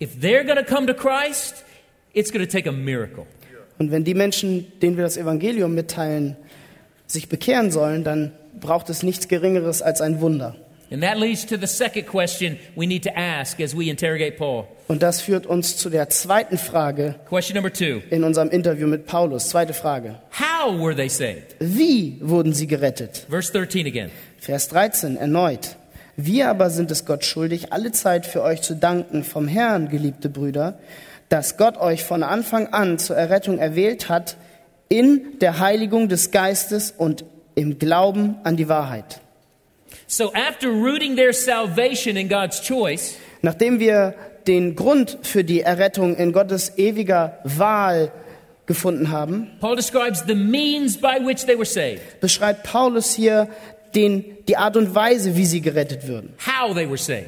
S1: If they're going to come to Christ, it's going to take a miracle.
S2: Und wenn die Menschen, denen wir das Evangelium mitteilen, sich bekehren sollen, dann braucht es nichts Geringeres als ein Wunder.
S1: And that leads to the second question we need to ask as we interrogate Paul.
S2: Und das führt uns zu der zweiten Frage
S1: Question number two
S2: in unserem Interview mit Paulus. Zweite Frage.
S1: How were they saved?
S2: Wie wurden sie gerettet?
S1: Verse 13 again.
S2: Vers 13 erneut. Wir aber sind es Gott schuldig, alle Zeit für euch zu danken vom Herrn, geliebte Brüder, dass Gott euch von Anfang an zur Errettung erwählt hat in der Heiligung des Geistes und im Glauben an die Wahrheit.
S1: So after rooting their salvation in God's choice,
S2: Nachdem wir den Grund für die Errettung in Gottes ewiger Wahl gefunden haben,
S1: Paul describes the means by which they were saved.
S2: beschreibt Paulus hier den, die Art und Weise, wie sie gerettet würden.
S1: how they were saved.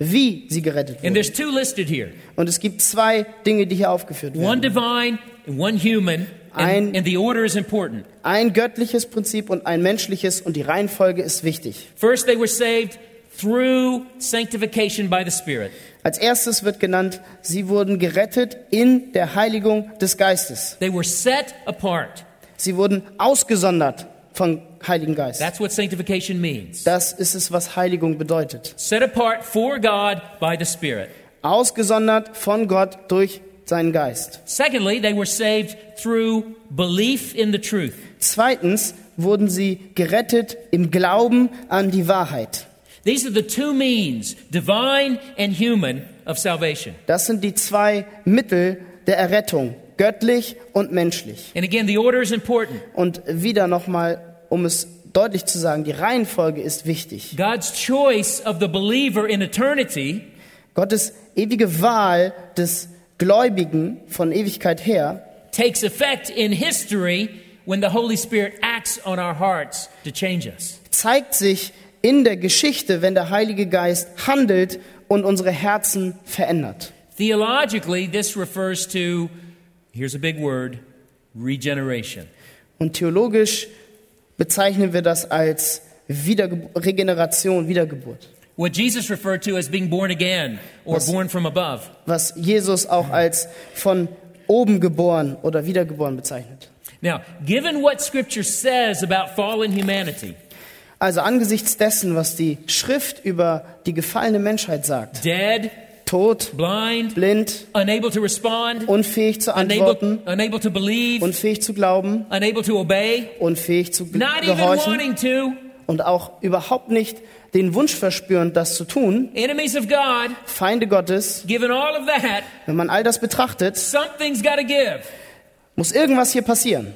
S2: Wie sie gerettet
S1: And
S2: wurden.
S1: there's two listed here
S2: Und es gibt zwei Dinge, die hier aufgeführt
S1: one
S2: werden.
S1: divine and one human. And,
S2: Ein-
S1: and the order is important.
S2: Ein göttliches Prinzip und ein menschliches und die Reihenfolge ist wichtig.
S1: First, they were saved through sanctification by the Spirit.
S2: Als erstes wird genannt, sie wurden gerettet in der Heiligung des Geistes.
S1: They were set apart.
S2: Sie wurden ausgesondert vom Heiligen Geist.
S1: That's what sanctification means.
S2: Das ist es, was Heiligung bedeutet.
S1: Set apart for God by the Spirit.
S2: Ausgesondert von Gott durch seinen Geist.
S1: Secondly, they were saved through belief in the truth.
S2: Zweitens wurden sie gerettet im Glauben an die Wahrheit.
S1: These are the two means, divine and human, of salvation.
S2: Das sind die zwei Mittel der Errettung, göttlich und menschlich.
S1: And again, the order is important.
S2: Und wieder nochmal, um es deutlich zu sagen, die Reihenfolge ist wichtig.
S1: God's choice of the believer in eternity
S2: Gottes ewige Wahl des Gläubigen von Ewigkeit her
S1: takes effect in history when the Holy Spirit acts on our hearts to change us.
S2: zeigt sich in der Geschichte, wenn der Heilige Geist handelt und unsere Herzen verändert.
S1: Theologically, this refers to, here's a big word, regeneration.
S2: Und theologisch bezeichnen wir das als Wiederge Regeneration, Wiedergeburt,
S1: What Jesus referred to as being born again or
S2: Was-
S1: born from above.
S2: was Jesus auch als von oben geboren oder wiedergeboren bezeichnet.
S1: Now, given what Scripture says about fallen humanity,
S2: Also angesichts dessen, was die Schrift über die gefallene Menschheit sagt,
S1: dead,
S2: tot,
S1: blind,
S2: blind,
S1: unable to respond,
S2: unfähig zu
S1: unable,
S2: antworten,
S1: unable to believe,
S2: unfähig zu glauben,
S1: unable to obey,
S2: unfähig zu ge-
S1: not even
S2: gehorchen
S1: wanting to,
S2: und auch überhaupt nicht den Wunsch verspürend, das zu tun,
S1: enemies of God,
S2: Feinde Gottes,
S1: given all of that,
S2: wenn man all das betrachtet,
S1: something's got to give.
S2: muss irgendwas hier passieren.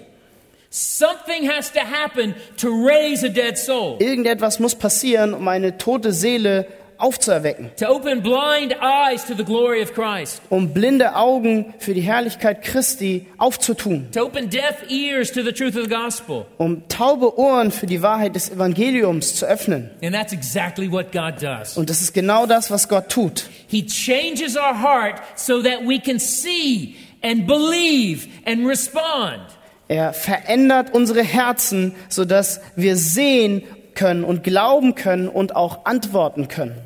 S1: Something has to happen to raise a dead soul,
S2: Irgendetwas muss passieren, um eine tote Seele aufzuerwecken,
S1: to open blind eyes to the glory of Christ,
S2: um blinde Augen für die Herrlichkeit Christi aufzutun,
S1: to open deaf ears to the truth of the gospel.
S2: um taube Ohren für die Wahrheit des Evangeliums zu öffnen.
S1: And that's exactly what God does.
S2: Und das ist genau das, was Gott tut.
S1: He changes our heart so that we can see and believe and respond.
S2: Er verändert unsere Herzen, sodass wir sehen können und glauben können und auch antworten können.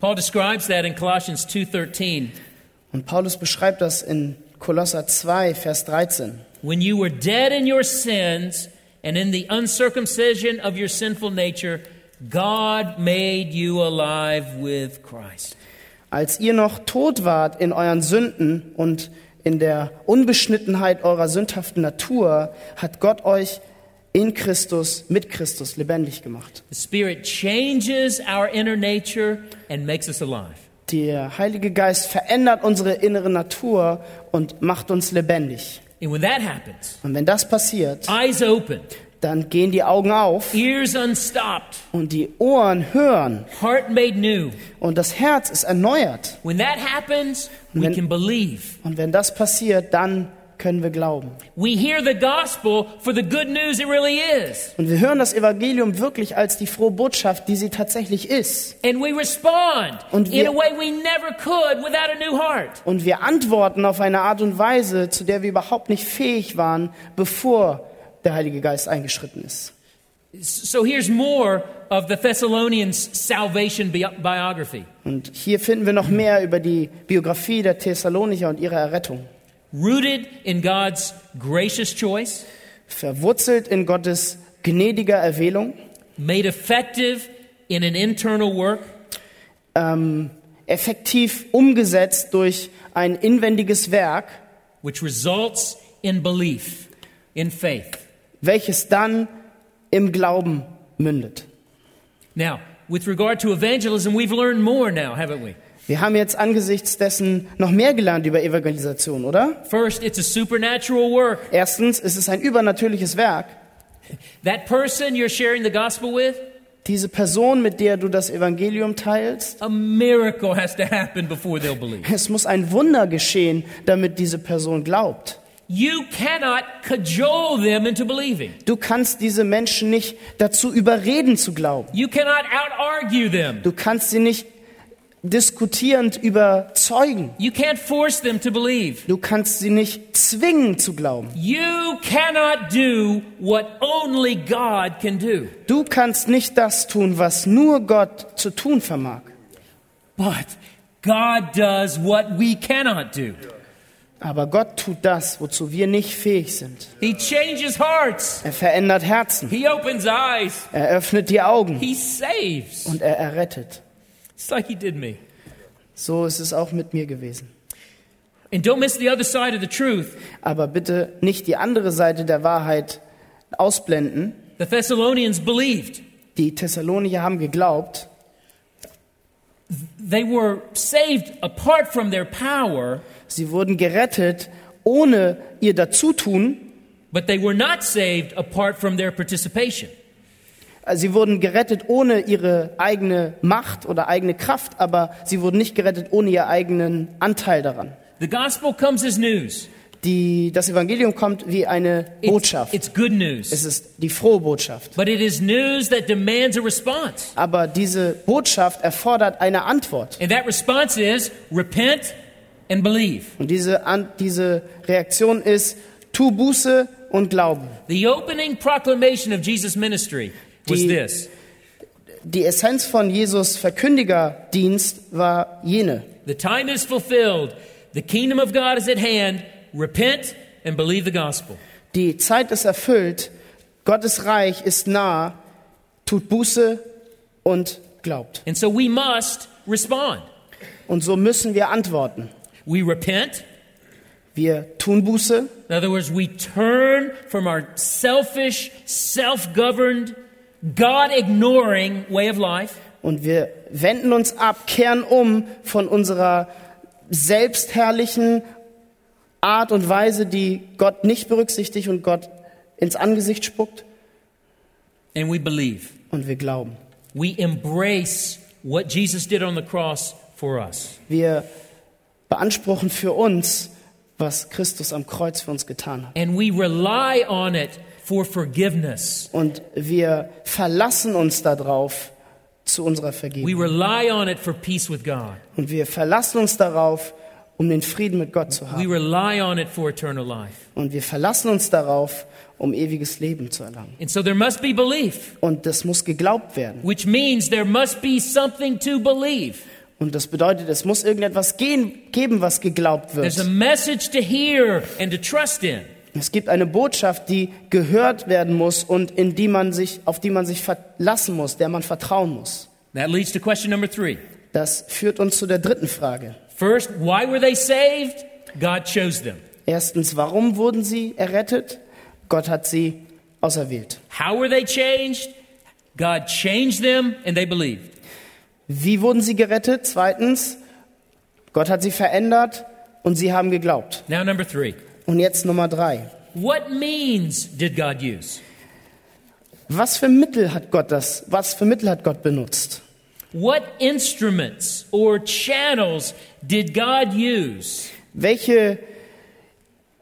S1: Paul describes that in Colossians 2:13.
S2: Und Paulus beschreibt das in Kolosser 2, Vers 13.
S1: When you were dead in your sins and in the uncircumcision of your sinful nature, God made you alive with Christ.
S2: Als ihr noch tot wart in euren Sünden und in der Unbeschnittenheit eurer sündhaften Natur, hat Gott euch in Christus, mit Christus lebendig gemacht.
S1: The Spirit changes our inner nature and makes us alive.
S2: Der Heilige Geist verändert unsere innere Natur und macht uns lebendig.
S1: And when that happens,
S2: Und wenn das passiert,
S1: eyes open,
S2: dann gehen die Augen auf
S1: ears unstopped,
S2: und die Ohren hören
S1: heart made new.
S2: und das Herz ist erneuert.
S1: When that happens, we
S2: Wenn-
S1: can believe.
S2: Und wenn das passiert, dann können wir glauben.
S1: We hear the gospel for the good news it really is.
S2: Und wir hören das Evangelium wirklich als die frohe Botschaft, die sie tatsächlich ist.
S1: And we respond
S2: Und
S1: in
S2: wir-
S1: a way we never could without a new heart.
S2: Und wir antworten auf eine Art und Weise, zu der wir überhaupt nicht fähig waren, bevor der Heilige Geist eingeschritten ist.
S1: So here's more of the Thessalonians' salvation bi- biography.
S2: Und hier finden wir noch mehr über die Biografie der Thessalonicher und ihre Errettung.
S1: Rooted in God's gracious choice,
S2: Verwurzelt in Gottes gnädiger Erwählung,
S1: made effective in an internal work,
S2: ähm, effektiv umgesetzt durch ein inwendiges Werk,
S1: which results in belief, in faith.
S2: welches dann im Glauben mündet.
S1: Now, with regard to evangelism, we've learned more now, haven't we?
S2: Wir haben jetzt angesichts dessen noch mehr gelernt über Evangelisation, oder?
S1: First, it's a supernatural work.
S2: Erstens ist es ein übernatürliches Werk.
S1: That person you're sharing the gospel with,
S2: Diese Person, mit der du das Evangelium teilst,
S1: a miracle has to happen before they'll believe.
S2: es muss ein Wunder geschehen, damit diese Person glaubt.
S1: you cannot cajole them into believing.
S2: Du kannst diese Menschen nicht dazu überreden zu glauben.
S1: You cannot out argue them.
S2: Du kannst sie nicht diskutierend überzeugen.
S1: You can't force them to believe.
S2: Du kannst sie nicht zwingen zu glauben.
S1: You cannot do what only God can do.
S2: Du kannst nicht das tun, was nur Gott zu tun vermag.
S1: But God does what we cannot do.
S2: Aber Gott tut das, wozu wir nicht fähig sind.
S1: He changes hearts.
S2: Er verändert Herzen,
S1: He opens eyes.
S2: er öffnet die Augen
S1: He saves.
S2: und er errettet.
S1: It's like he did me.
S2: So ist es auch mit mir gewesen.
S1: And don't miss the other side of the truth.
S2: Aber bitte nicht die andere Seite der Wahrheit ausblenden.
S1: The Thessalonians believed.
S2: Die Thessalonier haben geglaubt,
S1: They were saved apart from their power,
S2: sie wurden gerettet ohne ihr Dazutun.
S1: but they were not saved apart from their participation.
S2: Äh, Sie wurden gerettet ohne ihre eigene Macht oder eigene Kraft, aber sie wurden nicht gerettet ohne ihren eigenen Anteil daran.
S1: The gospel comes as news.
S2: Die, das Evangelium kommt wie eine
S1: It's,
S2: Botschaft.
S1: it's good news.
S2: Es ist die frohe Botschaft.
S1: But it is news that demands a response.
S2: Aber diese Botschaft erfordert eine Antwort.
S1: And that response is repent and believe.
S2: Und diese, An diese Reaktion ist, tu Buße und Glauben.
S1: The opening proclamation of Jesus' ministry was
S2: Die-
S1: this
S2: Die Essenz von Jesus Verkündigerdienst war jene.
S1: The time is fulfilled, the kingdom of God is at hand. Repent and believe the gospel.
S2: Die Zeit ist erfüllt, Gottes Reich ist nah, tut Buße und glaubt.
S1: And so we must respond.
S2: Und so müssen wir antworten.
S1: We repent.
S2: Wir tun Buße,
S1: In other words, we turn from our selfish, self governed, God ignoring way of life.
S2: Und wir wenden uns ab, kehren um von unserer selbstherrlichen Art und Weise, die Gott nicht berücksichtigt und Gott ins Angesicht spuckt.
S1: and we believe.
S2: Und wir glauben.
S1: We embrace what Jesus did on the cross for us.
S2: Wir beanspruchen für uns, was Christus am Kreuz für uns getan hat.
S1: And we rely on it for forgiveness.
S2: Und wir verlassen uns darauf zu unserer
S1: We
S2: Vergebung.
S1: rely on it for peace with God.
S2: Und wir verlassen uns darauf, um den Frieden mit Gott zu
S1: We
S2: haben.
S1: rely on it for eternal life.
S2: Und wir verlassen uns darauf, um ewiges Leben zu erlangen.
S1: And so there must be belief,
S2: Und das muss geglaubt werden.
S1: which means there must be something to believe.
S2: Und das bedeutet, es muss irgendetwas gehen, geben, was geglaubt
S1: There's a
S2: wird.
S1: message to hear and to trust in.
S2: Es gibt eine Botschaft, die gehört werden muss und in die man sich, auf die man sich verlassen muss, der man vertrauen muss.
S1: That leads to question number three.
S2: Das führt uns zu der dritten Frage.
S1: First, why were they saved? God chose them.
S2: Erstens, warum wurden sie errettet? Gott hat sie auserwählt.
S1: How were they changed? God changed them and they believed.
S2: Wie wurden sie gerettet? Zweitens, Gott hat sie verändert und sie haben geglaubt.
S1: Now, number three.
S2: Und jetzt Nummer drei.
S1: What means did God use?
S2: Was für Mittel hat Gott das? Was für Mittel hat Gott benutzt?
S1: What instruments or channels did God use?
S2: Welche,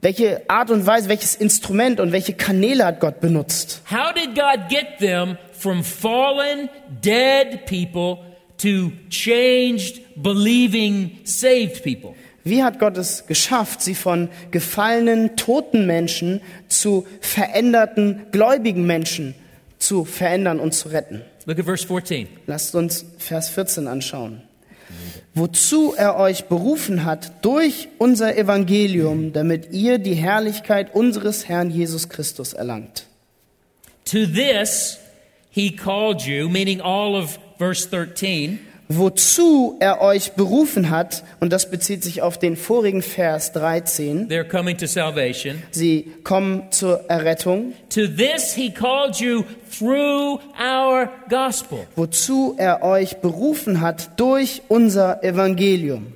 S2: welche Art und Weise, welches Instrument und welche Kanäle hat Gott benutzt?
S1: How did God get them from fallen, dead people to changed, believing, saved people?
S2: Wie hat Gott es geschafft, sie von gefallenen, toten Menschen zu veränderten, gläubigen Menschen zu verändern und zu retten?
S1: Look at verse 14.
S2: Lasst uns Vers 14 anschauen. Wozu er euch berufen hat durch unser Evangelium, damit ihr die Herrlichkeit unseres Herrn Jesus Christus erlangt.
S1: To this he called you, meaning all of verse 13,
S2: wozu er euch berufen hat, und das bezieht sich auf den vorigen Vers 13,
S1: they're coming to salvation.
S2: sie kommen zur Errettung,
S1: To this he called you through our gospel.
S2: wozu er euch berufen hat durch unser Evangelium.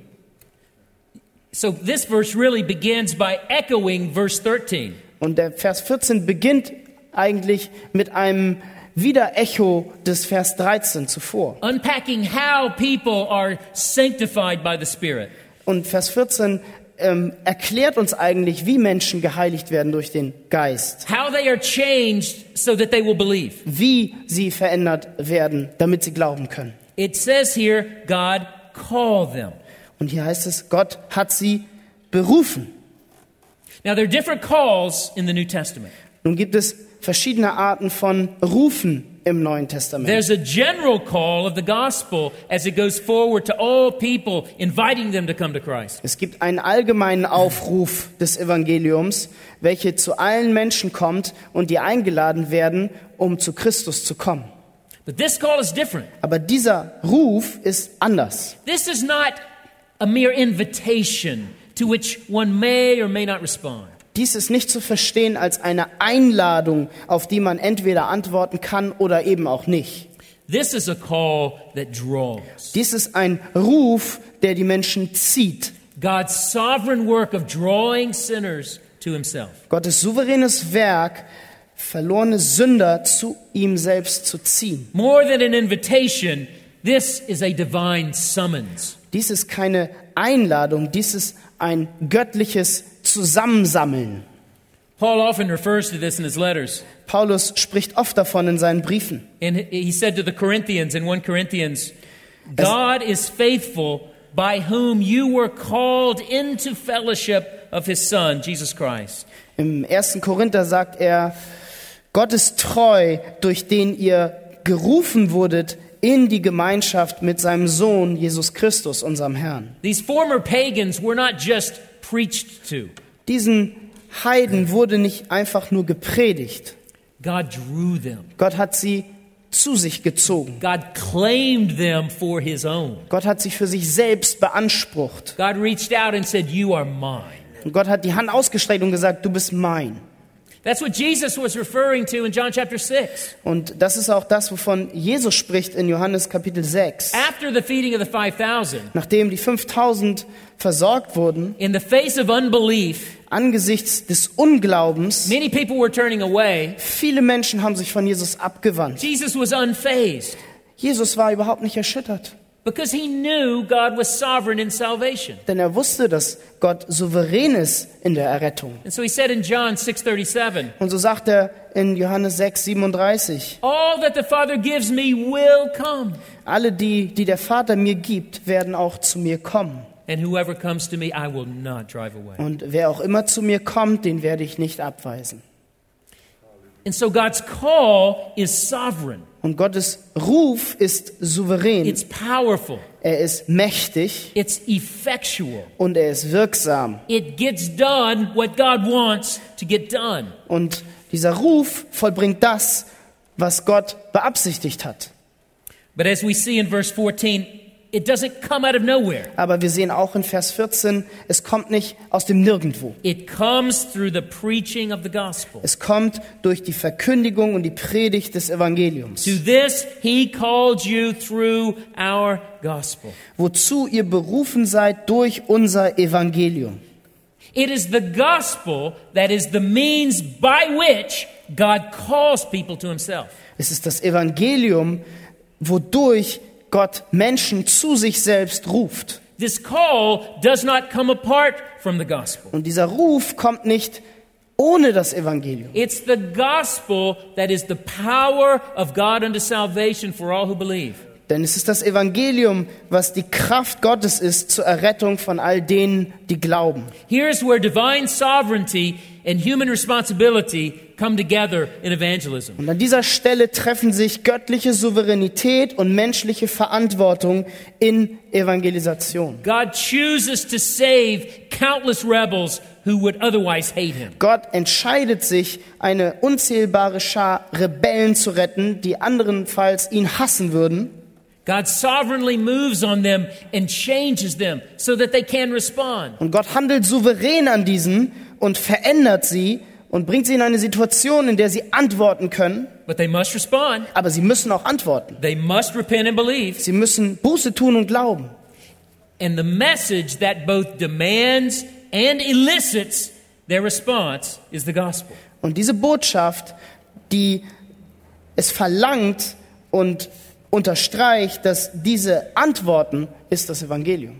S1: So this verse really begins by echoing verse 13.
S2: Und der Vers 14 beginnt eigentlich mit einem Wiederecho des Vers 13 zuvor.
S1: Unpacking how people are sanctified by the Spirit.
S2: Und Vers 14 ähm, erklärt uns eigentlich, wie Menschen geheiligt werden durch den Geist,
S1: how they are changed so that they will believe.
S2: wie sie verändert werden, damit sie glauben können.
S1: It says here, God called them.
S2: Und hier heißt es, Gott hat sie berufen.
S1: Now, there are different calls in the New Testament.
S2: Nun gibt es verschiedene Arten von Rufen im Neuen Testament.
S1: There's a general call of the gospel as it goes forward to all people, inviting them to come to Christ.
S2: Es gibt einen allgemeinen Aufruf des Evangeliums, welcher zu allen Menschen kommt und die eingeladen werden, um zu Christus zu kommen.
S1: But this call is different.
S2: Aber dieser Ruf ist anders.
S1: This is not a mere invitation to which one may or may not respond.
S2: Dies ist nicht zu verstehen als eine Einladung, auf die man entweder antworten kann oder eben auch nicht.
S1: This is a call that draws.
S2: Dies ist ein Ruf, der die Menschen zieht.
S1: God's sovereign work of drawing sinners to himself.
S2: Gottes souveränes Werk, verlorene Sünder zu ihm selbst zu ziehen.
S1: More than an invitation, this is a divine summons.
S2: Dies ist keine Einladung, dies ist ein göttliches Zusammensammeln.
S1: Paul often refers to this in his letters.
S2: Paulus spricht oft davon in seinen Briefen.
S1: And he said to the Corinthians in 1 Corinthians, God is faithful by whom you were called into fellowship of his Son, Jesus Christ.
S2: Im 1. Korinther sagt er, Gott ist treu, durch den ihr gerufen wurdet in die Gemeinschaft mit seinem Sohn Jesus Christus, unserem Herrn.
S1: These former pagans were not just preached to,
S2: Diesen Heiden wurde nicht einfach nur gepredigt.
S1: God drew them.
S2: Gott hat sie zu sich gezogen.
S1: God claimed them for his own.
S2: Gott hat sie für sich selbst beansprucht.
S1: God reached out and said, You are mine.
S2: Und Gott hat die Hand ausgestreckt und gesagt, du bist mein.
S1: That's what Jesus was referring to in John chapter 6.
S2: Und das ist auch das, wovon Jesus spricht in Johannes Kapitel 6.
S1: After the feeding of the 5,000,
S2: Nachdem die 5000 versorgt wurden,
S1: in the face of unbelief,
S2: angesichts des Unglaubens,
S1: many people were turning away.
S2: viele Menschen haben sich von Jesus abgewandt.
S1: Jesus was unfazed
S2: Jesus war überhaupt nicht erschüttert,
S1: because he knew God was sovereign in salvation.
S2: denn er wusste, dass Gott souverän ist in der Errettung.
S1: And so he said in John 6:37,
S2: Und so sagt er in Johannes 6, 37,
S1: "All that the Father gives me will come,
S2: alle die, die der Vater mir gibt, werden auch zu mir kommen.
S1: and whoever comes to me I will not drive away."
S2: Und wer auch immer zu mir kommt, den werde ich nicht abweisen.
S1: And so God's call is sovereign.
S2: Und Gottes Ruf ist souverän,
S1: It's powerful.
S2: er ist mächtig
S1: It's effectual.
S2: und er ist wirksam.
S1: It gets done what God wants to get done.
S2: Und dieser Ruf vollbringt das, was Gott beabsichtigt hat.
S1: But as we see in verse 14, it doesn't come out of nowhere.
S2: Aber wir sehen auch in Vers 14, es kommt nicht aus dem Nirgendwo.
S1: It comes through the preaching of the gospel.
S2: Es kommt durch die Verkündigung und die Predigt des Evangeliums,
S1: To this he called you through our gospel.
S2: wozu ihr berufen seid durch unser Evangelium.
S1: It is the gospel that is the means by which God calls people to himself.
S2: Es ist das Evangelium, wodurch Gott Menschen zu sich selbst ruft.
S1: This call does not come apart from the gospel.
S2: Und dieser Ruf kommt nicht ohne das Evangelium.
S1: It's the gospel that is the power of God unto salvation for all who believe.
S2: Denn es ist das Evangelium, was die Kraft Gottes ist zur Errettung von all denen, die glauben.
S1: Here's where divine sovereignty and human responsibility come together in evangelism.
S2: Und an dieser Stelle treffen sich göttliche Souveränität und menschliche Verantwortung in Evangelisation.
S1: God chooses to save countless rebels who would otherwise hate him.
S2: Gott entscheidet sich, eine unzählbare Schar Rebellen zu retten, die anderenfalls ihn hassen würden.
S1: God sovereignly moves on them and changes them so that they can respond.
S2: Und Gott handelt souverän an diesen und verändert sie und bringt sie in eine Situation, in der sie antworten können.
S1: But they must respond.
S2: Aber sie müssen auch antworten.
S1: They must repent and believe.
S2: Sie müssen Buße tun und glauben.
S1: And the message that both demands and elicits their response is the gospel.
S2: Und diese Botschaft, die es verlangt und unterstreicht, dass diese Antworten ist das Evangelium.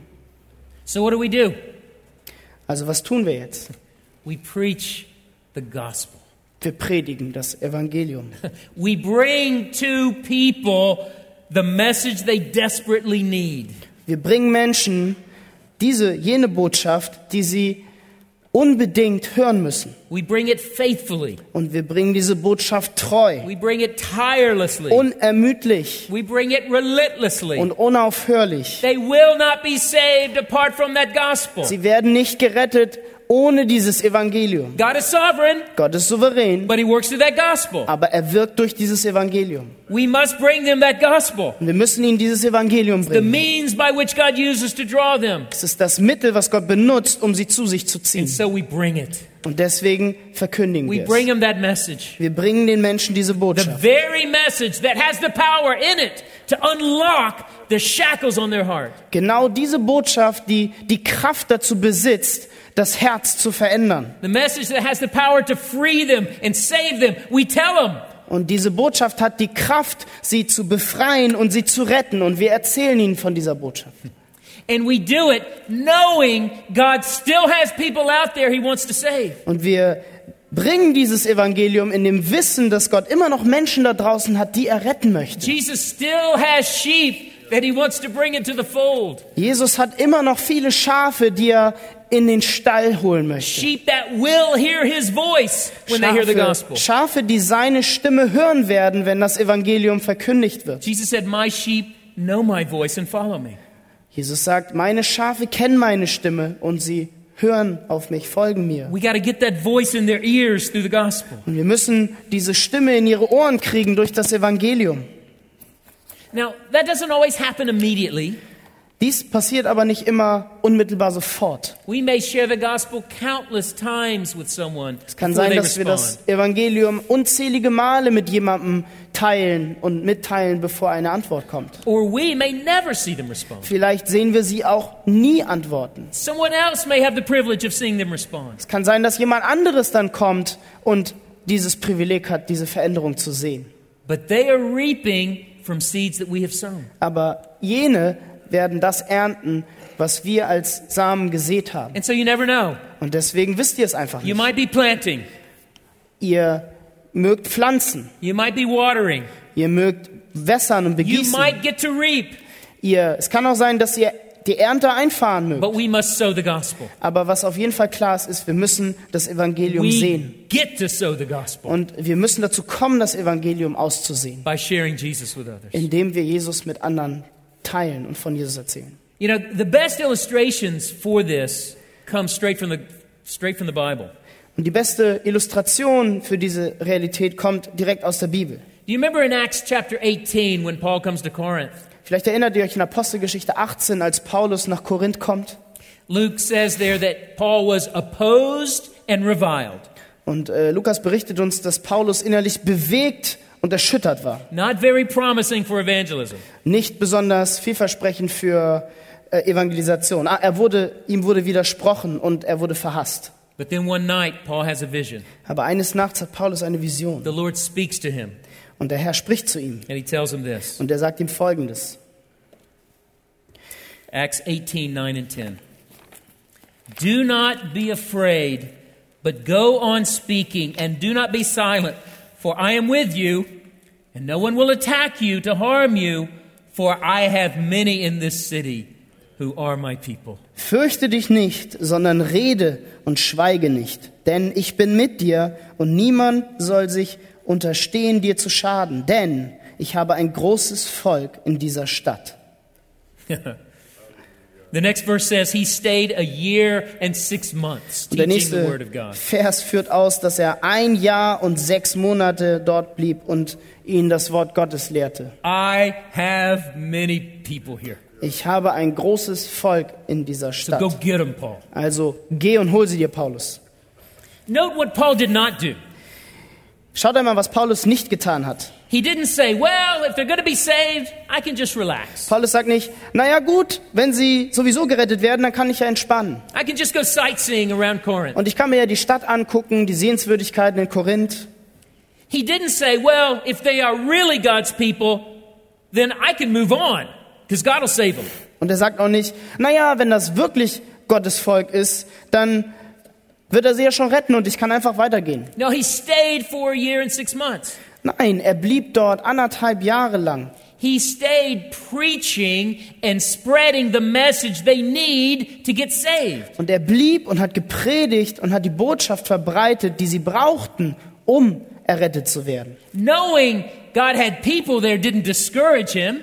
S1: So, what do we do?
S2: Also was tun wir jetzt?
S1: We preach the gospel.
S2: Wir predigen das Evangelium.
S1: We bring to people the message they desperately need.
S2: Wir bringen Menschen diese jene Botschaft, die sie unbedingt hören müssen.
S1: We bring it faithfully.
S2: Und wir bringen diese Botschaft treu,
S1: We bring it tirelessly.
S2: unermüdlich
S1: We bring it relentlessly.
S2: und unaufhörlich.
S1: They will not be saved apart from that gospel.
S2: Sie werden nicht gerettet ohne dieses Evangelium.
S1: God is sovereign,
S2: Gott ist souverän,
S1: but he works through that gospel.
S2: aber er wirkt durch dieses Evangelium.
S1: We must bring them that gospel.
S2: Und wir müssen ihnen dieses Evangelium
S1: The
S2: bringen.
S1: means by which God uses to draw them.
S2: Es ist das Mittel, was Gott benutzt, um sie zu sich zu
S1: And
S2: ziehen.
S1: so we bring it.
S2: Und deswegen verkündigen
S1: We
S2: wir
S1: bring
S2: es.
S1: them that message.
S2: Wir bringen den Menschen diese
S1: The
S2: Botschaft.
S1: very message that has the power in it to unlock the shackles on their heart.
S2: Genau diese Botschaft, die die Kraft dazu besitzt, das Herz zu verändern.
S1: The message that has the power to free them and save them. We tell them.
S2: Und diese Botschaft hat die Kraft, sie zu befreien und sie zu retten. Und wir erzählen ihnen von dieser Botschaft.
S1: And we do it knowing God still has people out there he wants to save.
S2: Und wir bringen dieses Evangelium in dem Wissen, dass Gott immer noch Menschen da draußen hat, die er retten möchte.
S1: Jesus still has sheep that he wants to bring into the fold.
S2: Jesus hat immer noch viele Schafe, die er in den Stall holen möchte.
S1: Sheep that will hear his voice when they hear the
S2: Schafe,
S1: gospel.
S2: Schafe, die seine Stimme hören werden, wenn das Evangelium verkündigt wird.
S1: Jesus said, My sheep know my voice and follow me.
S2: Jesus sagt, meine Schafe kennen meine Stimme und sie hören auf mich, folgen mir.
S1: We got to get that voice in their ears through the gospel.
S2: Und wir müssen diese Stimme in ihre Ohren kriegen durch das Evangelium.
S1: Now, that doesn't always happen immediately.
S2: Dies passiert aber nicht immer unmittelbar sofort.
S1: We may share the gospel countless times with someone
S2: Es kann
S1: before
S2: sein,
S1: they
S2: dass wir
S1: respond.
S2: das Evangelium unzählige Male mit jemandem teilen und mitteilen, bevor eine Antwort kommt.
S1: Or we may never see them respond.
S2: Vielleicht sehen wir sie auch nie antworten.
S1: Someone else may have the privilege of seeing them respond.
S2: Es kann sein, dass jemand anderes dann kommt und dieses Privileg hat, diese Veränderung zu sehen.
S1: But they are reaping from seeds that we have sown.
S2: Aber jene werden das ernten, was wir als Samen gesät haben.
S1: And so you never know.
S2: Und deswegen wisst ihr es einfach
S1: You
S2: nicht.
S1: might be planting,
S2: Ihr mögt pflanzen,
S1: you might be watering,
S2: ihr mögt wässern und
S1: you
S2: begießen.
S1: might get to reap,
S2: Ihr, es kann auch sein, dass ihr die Ernte einfahren mögt.
S1: but we must sow the gospel.
S2: Aber was auf jeden Fall klar ist, ist, wir müssen das Evangelium sehen.
S1: We get to sow the gospel
S2: Und wir müssen dazu kommen, das Evangelium auszusehen,
S1: by sharing Jesus with others.
S2: indem wir Jesus mit anderen teilen und von Jesus erzählen.
S1: You know, the best illustrations for this come straight from the straight from the Bible.
S2: Und die beste Illustration für diese Realität kommt direkt aus der Bibel.
S1: Do you remember in Acts chapter 18 when Paul comes to Corinth?
S2: Vielleicht erinnert ihr euch in Apostelgeschichte 18, als Paulus nach Korinth kommt.
S1: Luke says there that Paul was opposed and reviled.
S2: Und äh, Lukas berichtet uns, dass Paulus innerlich bewegt und erschüttert war.
S1: Not very promising for evangelism.
S2: Nicht besonders vielversprechend für äh, Evangelisation. Ah, er wurde, ihm wurde widersprochen und er wurde verhasst.
S1: But then one night Paul has a vision.
S2: Aber eines Nachts hat Paulus eine Vision
S1: The Lord speaks to him
S2: und der Herr spricht zu ihm
S1: and he tells him this.
S2: und er sagt ihm Folgendes.
S1: Acts 18, 9 and 10. Do not be afraid, but go on speaking, and do not be silent, for I am with you, and no one will attack you to harm you, for I have many in this city who are my people.
S2: Fürchte dich nicht, sondern rede und schweige nicht, denn ich bin mit dir und niemand soll sich unterstehen, dir zu schaden, denn ich habe ein großes Volk in dieser Stadt.
S1: The next verse says, He stayed a year and six months
S2: Und der
S1: teaching the Word
S2: nächste
S1: of God.
S2: Vers führt aus, dass er ein Jahr und sechs Monate dort blieb und ihnen das Wort Gottes lehrte.
S1: I have many people here.
S2: Ich habe ein großes Volk in dieser
S1: So go
S2: Stadt.
S1: get them, Paul.
S2: Also geh und hol sie dir, Paulus.
S1: Note what Paul did not do.
S2: Schaut einmal, was Paulus nicht getan hat.
S1: He didn't say, well, if they're going to be saved, I can just relax.
S2: Paulus sagt nicht, naja gut, wenn sie sowieso gerettet werden, dann kann ich ja entspannen.
S1: I can just go sightseeing around Corinth.
S2: Und ich kann mir ja die Stadt angucken, die Sehenswürdigkeiten in Korinth.
S1: He didn't say, well, if they are really God's people, then I can move on because God will save them.
S2: Und er sagt auch nicht, naja, wenn das wirklich Gottes Volk ist, dann wird er sie ja schon retten und ich kann einfach weitergehen.
S1: No, he stayed for a year and six months.
S2: Nein, er blieb dort anderthalb Jahre lang.
S1: He stayed preaching and spreading the message they need to get saved.
S2: Und er blieb und hat gepredigt und hat die Botschaft verbreitet, die sie brauchten, um errettet zu werden.
S1: Knowing God had people there didn't discourage him.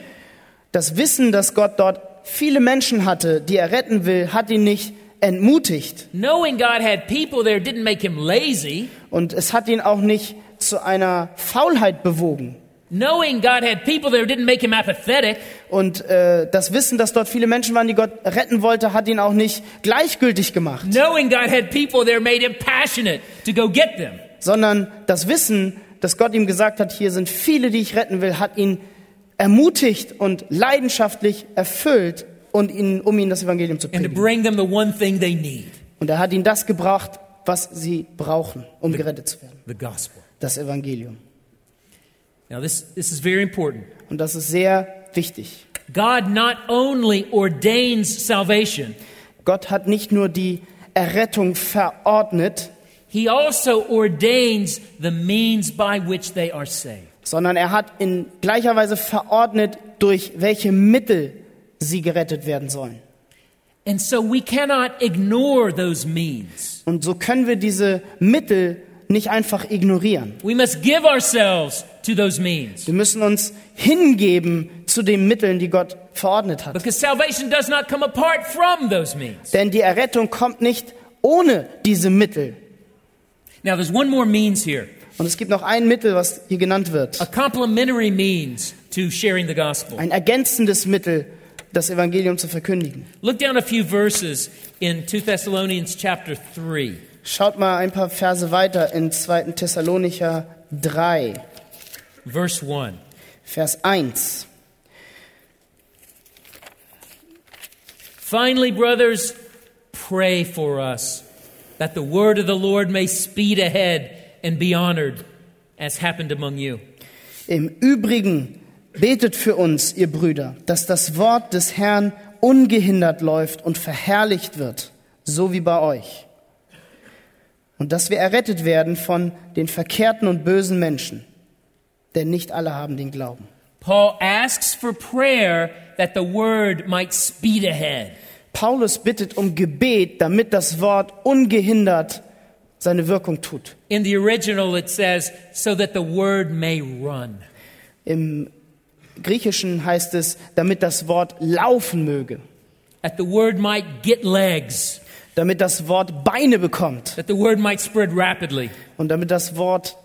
S2: Das Wissen, dass Gott dort viele Menschen hatte, die er retten will, hat ihn nicht entmutigt.
S1: Knowing God had people there didn't make him lazy.
S2: Und es hat ihn auch nicht zu einer Faulheit bewogen.
S1: Knowing God had people there didn't make him apathetic.
S2: Und äh, das Wissen, dass dort viele Menschen waren, die Gott retten wollte, hat ihn auch nicht gleichgültig gemacht.
S1: Knowing God had people there made him passionate to go get them.
S2: Sondern das Wissen, dass Gott ihm gesagt hat, hier sind viele, die ich retten will, hat ihn ermutigt und leidenschaftlich erfüllt, und ihn, um ihnen das Evangelium zu
S1: and to
S2: predigen.
S1: bring them the one thing they need
S2: Und er hat ihnen das gebracht, was sie brauchen, um gerettet zu werden.
S1: the gospel.
S2: Das Evangelium.
S1: Now, this, this is very important.
S2: Und das ist sehr wichtig.
S1: God not only ordains salvation,
S2: Gott hat nicht nur die Errettung verordnet,
S1: He also ordains the means by which they are saved.
S2: sondern er hat in gleicher Weise verordnet, durch welche Mittel sie gerettet werden sollen.
S1: And so we cannot ignore those means.
S2: Und so können wir diese Mittel nicht einfach ignorieren.
S1: We must give ourselves to those means
S2: Wir müssen uns hingeben zu den Mitteln, die Gott verordnet hat.
S1: because salvation does not come apart from those means.
S2: Denn die Errettung kommt nicht ohne diese Mittel.
S1: Now, there's one more means here
S2: Und es gibt noch ein Mittel, was hier genannt
S1: a
S2: wird.
S1: complementary means to sharing the gospel.
S2: Ein ergänzendes Mittel, das Evangelium zu verkündigen.
S1: Look down a few verses in 2 Thessalonians chapter 3.
S2: Schaut mal ein paar Verse weiter in 2. Thessalonicher 3,
S1: verse 1.
S2: Vers 1.
S1: Finally, brothers, pray for us that the word of the Lord may speed ahead and be honored as happened among you.
S2: Im Übrigen betet für uns, ihr Brüder, dass das Wort des Herrn ungehindert läuft und verherrlicht wird, so wie bei euch. Und dass wir errettet werden von den verkehrten und bösen Menschen, denn nicht alle haben den Glauben.
S1: Paul asks for prayer that the word might speed ahead.
S2: Paulus bittet um Gebet, damit das Wort ungehindert seine Wirkung tut.
S1: In the original, it says, so that the word may run.
S2: Im Griechischen heißt es, damit das Wort laufen möge,
S1: That the word might get legs,
S2: damit das Wort Beine bekommt
S1: that the word might spread rapidly,
S2: und damit das Wort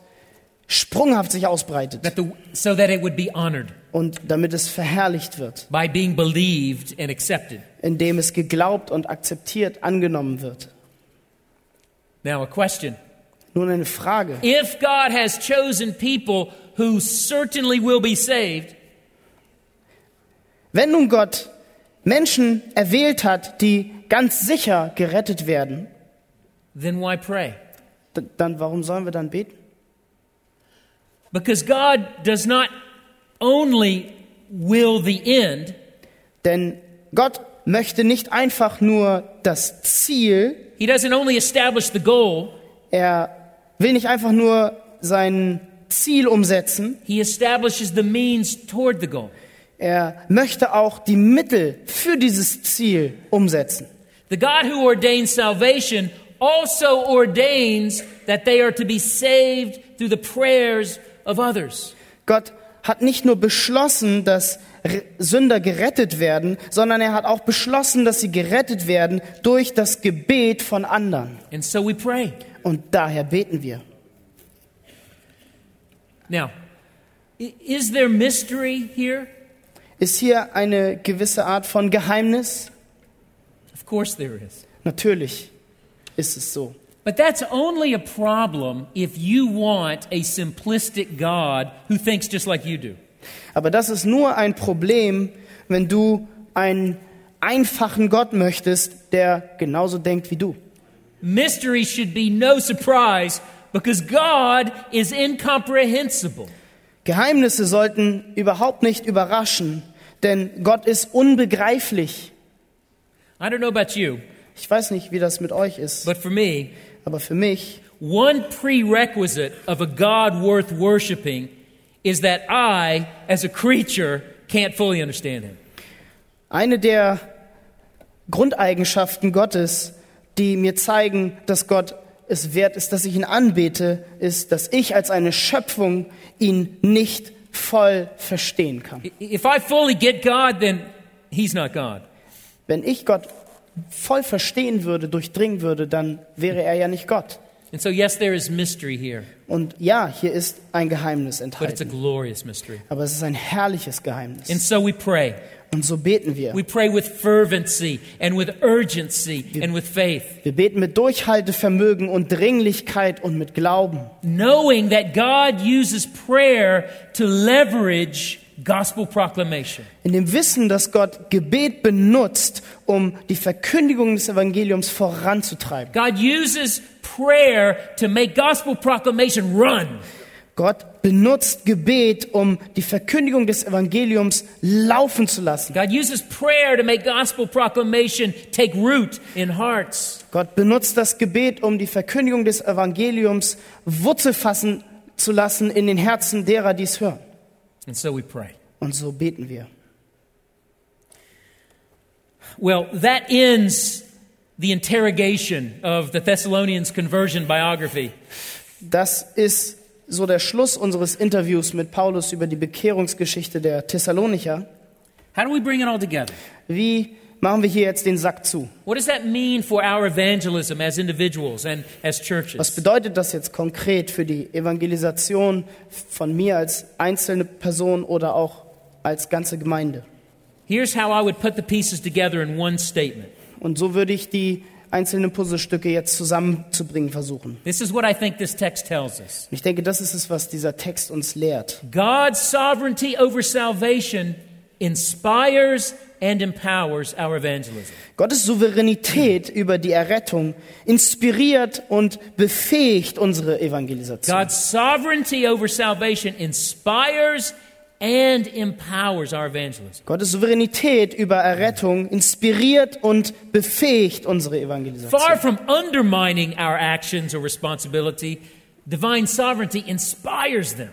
S2: sprunghaft sich ausbreitet
S1: that the, so that it would be honored
S2: und damit es verherrlicht wird,
S1: by being believed and accepted.
S2: indem es geglaubt und akzeptiert angenommen wird.
S1: Now, a question
S2: Nun eine Frage.
S1: If God has chosen people who certainly will be saved,
S2: Wenn nun Gott Menschen erwählt hat, die ganz sicher gerettet werden,
S1: then why pray?
S2: d- dann warum sollen wir dann beten?
S1: Because God does not only will the end,
S2: Denn Gott möchte nicht einfach nur das Ziel,
S1: He doesn't only establish the goal,
S2: er will nicht einfach nur sein Ziel umsetzen,
S1: He establishes the means toward the goal.
S2: er möchte auch die Mittel für dieses Ziel umsetzen.
S1: The God who ordains salvation also ordains that they are to be saved through the prayers of others.
S2: Gott hat nicht nur beschlossen, dass R- Sünder gerettet werden, sondern er hat auch beschlossen, dass sie gerettet werden durch das Gebet von anderen.
S1: And so we pray.
S2: Und daher beten wir.
S1: Now, i- is there mystery here?
S2: Ist hier eine gewisse Art von Geheimnis?
S1: Of course there is.
S2: Natürlich ist es so.
S1: But that's only a problem if you want a simplistic God who thinks just like you do.
S2: Aber das ist nur ein Problem, wenn du einen einfachen Gott möchtest, der genauso denkt wie du.
S1: Mystery should be no surprise because God is incomprehensible.
S2: Geheimnisse sollten überhaupt nicht überraschen, denn Gott ist unbegreiflich.
S1: I don't know about you,
S2: Ich weiß nicht, wie das mit euch ist,
S1: But for me,
S2: aber für mich
S1: one prerequisite of a God worth worshiping is that I, as a creature, can't fully understand him.
S2: eine der Grundeigenschaften Gottes, die mir zeigen, dass Gott es wert ist, dass ich ihn anbete, ist, dass ich als eine Schöpfung ihn nicht voll verstehen kann.
S1: I- If I fully get God, then he's not God.
S2: Wenn ich Gott voll verstehen würde, durchdringen würde, dann wäre er ja nicht Gott.
S1: And so, yes, there is mystery here,
S2: Und ja, hier ist ein Geheimnis
S1: but it's a
S2: enthalten.
S1: glorious mystery.
S2: Aber es ist ein herrliches
S1: And
S2: Geheimnis.
S1: so we pray.
S2: Und so beten wir.
S1: We pray with fervency and with urgency and with faith,
S2: Wir beten mit Durchhaltevermögen und Dringlichkeit und mit Glauben.
S1: knowing that God uses prayer to leverage gospel proclamation.
S2: In dem Wissen, dass Gott Gebet benutzt, um die Verkündigung des Evangeliums voranzutreiben.
S1: God uses prayer to make gospel proclamation run.
S2: Gott benutzt Gebet, um die Verkündigung des Evangeliums laufen zu lassen.
S1: God uses prayer to make gospel proclamation take root in hearts.
S2: Gott benutzt das Gebet, um die Verkündigung des Evangeliums Wurzel fassen zu lassen in den Herzen derer, die es hören.
S1: And so we pray.
S2: Und so beten wir.
S1: Well, that ends the interrogation of the Thessalonians conversion biography.
S2: Das ist so der Schluss unseres Interviews mit Paulus über die Bekehrungsgeschichte der Thessalonicher.
S1: How do we bring it all together?
S2: Wie machen wir hier jetzt den Sack zu?
S1: What does that mean for our evangelism as individuals and as
S2: Was
S1: churches?
S2: bedeutet das jetzt konkret für die Evangelisation von mir als einzelne Person oder auch als ganze Gemeinde?
S1: Here's how I would put the pieces together in one statement.
S2: Und so würde ich die einzelnen Puzzlestücke jetzt zusammenzubringen versuchen. Und
S1: This is what I think this text tells us
S2: ich denke, das ist es, was dieser Text uns lehrt.
S1: God's sovereignty over salvation inspires and empowers our evangelism.
S2: Gottes Souveränität über die Errettung inspiriert und befähigt unsere Evangelisation.
S1: God's sovereignty over salvation inspires and empowers our evangelism.
S2: Gottes Souveränität über Errettung inspiriert und befähigt unsere Evangelisation.
S1: Far from undermining our actions or responsibility, divine sovereignty inspires them.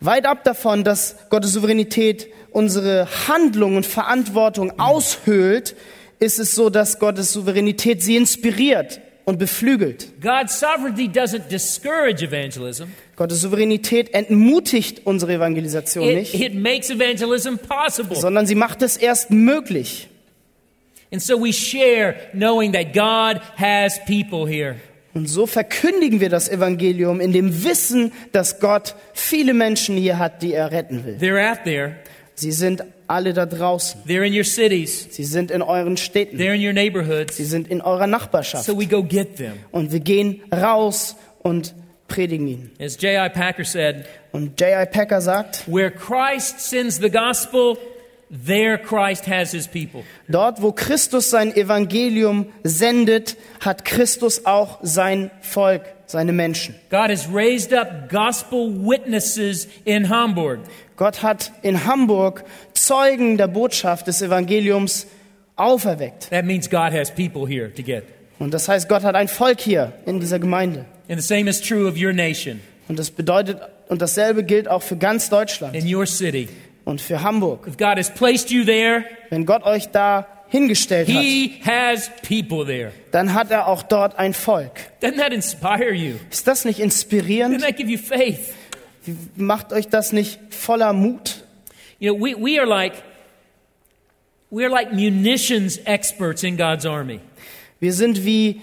S2: Weit ab davon, dass Gottes Souveränität unsere Handlung und Verantwortung aushöhlt, ist es so, dass Gottes Souveränität sie inspiriert und beflügelt.
S1: God's sovereignty doesn't discourage evangelism.
S2: Gottes Souveränität entmutigt unsere Evangelisation
S1: It,
S2: nicht,
S1: it makes evangelism possible.
S2: sondern sie macht es erst möglich.
S1: And so we share knowing that God has people here.
S2: Und so verkündigen wir das Evangelium in dem Wissen, dass Gott viele Menschen hier hat, die er retten will.
S1: They're out there.
S2: Sie sind alle da draußen.
S1: They're in your cities.
S2: Sie sind in euren Städten.
S1: They're in your neighborhoods.
S2: Sie sind in eurer Nachbarschaft.
S1: So we go get them.
S2: Und wir gehen raus und predigen ihn.
S1: As J.I. Packer said,
S2: Und J.I. Packer sagt,
S1: where Christ sends the gospel, there Christ has his people.
S2: dort wo Christus sein Evangelium sendet, hat Christus auch sein Volk, seine Menschen.
S1: God has raised up gospel witnesses in Hamburg.
S2: Gott hat in Hamburg Zeugen der Botschaft des Evangeliums auferweckt.
S1: That means God has people here to get.
S2: Und das heißt, Gott hat ein Volk hier in dieser Gemeinde.
S1: And the same is true of your nation
S2: Und das bedeutet, und dasselbe gilt auch für ganz Deutschland
S1: and your city.
S2: und für Hamburg.
S1: If God has placed you there,
S2: Wenn Gott euch da hingestellt hat,
S1: He has people there.
S2: dann hat er auch dort ein Volk.
S1: Doesn't that inspire you?
S2: Ist das nicht inspirierend?
S1: Doesn't that give you faith?
S2: Macht euch das nicht voller Mut?
S1: You know, we, we are like we are like munitions experts in God's army.
S2: Wir sind wie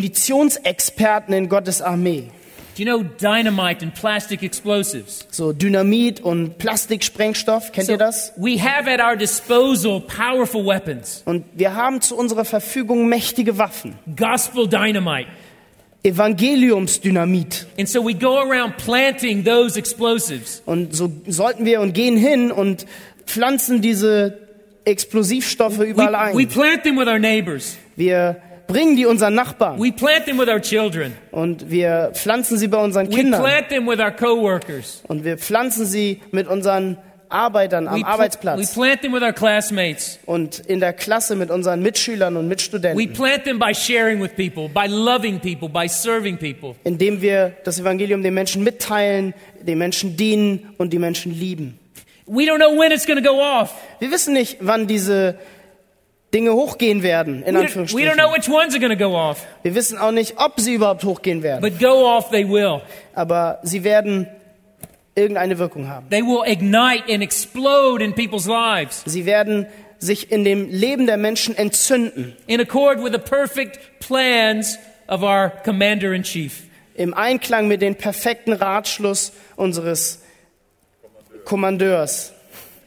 S2: Munitionsexperten in Gottes Armee.
S1: Do you know dynamite and plastic explosives?
S2: So Dynamit und Plastiksprengstoff, kennt ihr das?
S1: we have at our disposal powerful weapons.
S2: Und wir haben zu unserer Verfügung mächtige Waffen.
S1: Gospel dynamite.
S2: Evangeliumsdynamit.
S1: And so we go around planting those explosives.
S2: Und so sollten wir und gehen hin und pflanzen diese Explosivstoffe
S1: We,
S2: überall
S1: we
S2: ein.
S1: plant them with our neighbors.
S2: Wir bringen die unseren Nachbarn
S1: We plant them with our children.
S2: und wir pflanzen sie bei unseren
S1: We
S2: Kindern
S1: plant them with our coworkers.
S2: und wir pflanzen sie mit unseren Arbeitern am
S1: We, pl- we
S2: Arbeitsplatz
S1: plant them with our classmates.
S2: und in der Klasse mit unseren Mitschülern und
S1: We
S2: Mitstudenten,
S1: plant them by sharing with people, by loving people, by serving people.
S2: indem wir das Evangelium den Menschen mitteilen, den Menschen dienen und die Menschen lieben.
S1: We don't know when it's going to go off.
S2: Wir wissen nicht, wann diese Dinge hochgehen werden, in
S1: We don't, we don't
S2: Anführungsstrichen.
S1: know which ones are going to go off,
S2: Wir wissen auch nicht, ob sie überhaupt hochgehen werden,
S1: but go off they will.
S2: aber sie werden irgendeine Wirkung haben.
S1: They will ignite and explode in people's lives
S2: Sie werden sich in dem Leben der Menschen entzünden,
S1: in accord with the perfect plans of our commander in chief.
S2: im Einklang mit dem perfekten Ratschluss unseres Kommandeurs.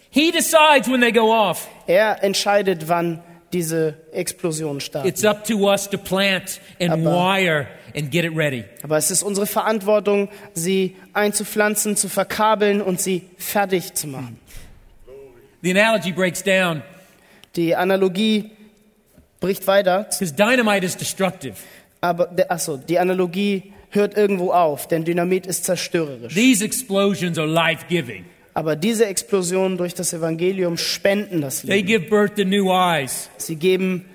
S1: He decides when they go off.
S2: Er entscheidet, wann diese Explosion startet.
S1: It's up to us to plant and
S2: Aber-
S1: wire and get it ready.
S2: Aber es ist unsere Verantwortung, sie einzupflanzen, zu verkabeln und sie fertig zu machen.
S1: The analogy breaks down
S2: Die Analogie bricht weiter,
S1: because dynamite is destructive.
S2: aber der- ach so, die Analogie hört irgendwo auf, denn Dynamit ist zerstörerisch.
S1: These explosions are life giving.
S2: Aber diese Explosionen durch das Evangelium spenden das
S1: They
S2: Leben.
S1: give birth to new eyes.
S2: Sie geben,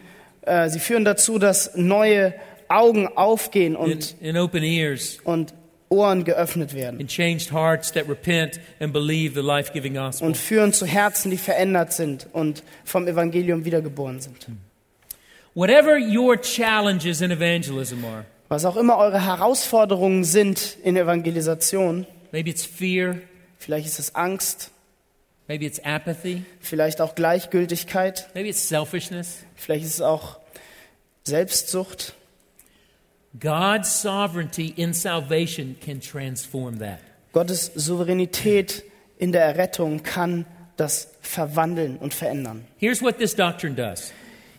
S2: äh, sie führen dazu, dass neue Augen aufgehen und,
S1: and, and open ears
S2: und Ohren geöffnet werden
S1: and changed hearts that repent and believe the life giving gospel.
S2: und führen zu Herzen, die verändert sind und vom Evangelium wiedergeboren sind.
S1: Whatever your challenges in evangelism are,
S2: Was auch immer eure Herausforderungen sind in der Evangelisation,
S1: maybe it's fear,
S2: vielleicht ist es Angst,
S1: maybe it's apathy,
S2: vielleicht auch Gleichgültigkeit,
S1: maybe it's selfishness,
S2: vielleicht ist es auch Selbstsucht.
S1: God's sovereignty in salvation can transform that.
S2: Gottes Souveränität in der Errettung kann das verwandeln und verändern.
S1: Here's what this doctrine does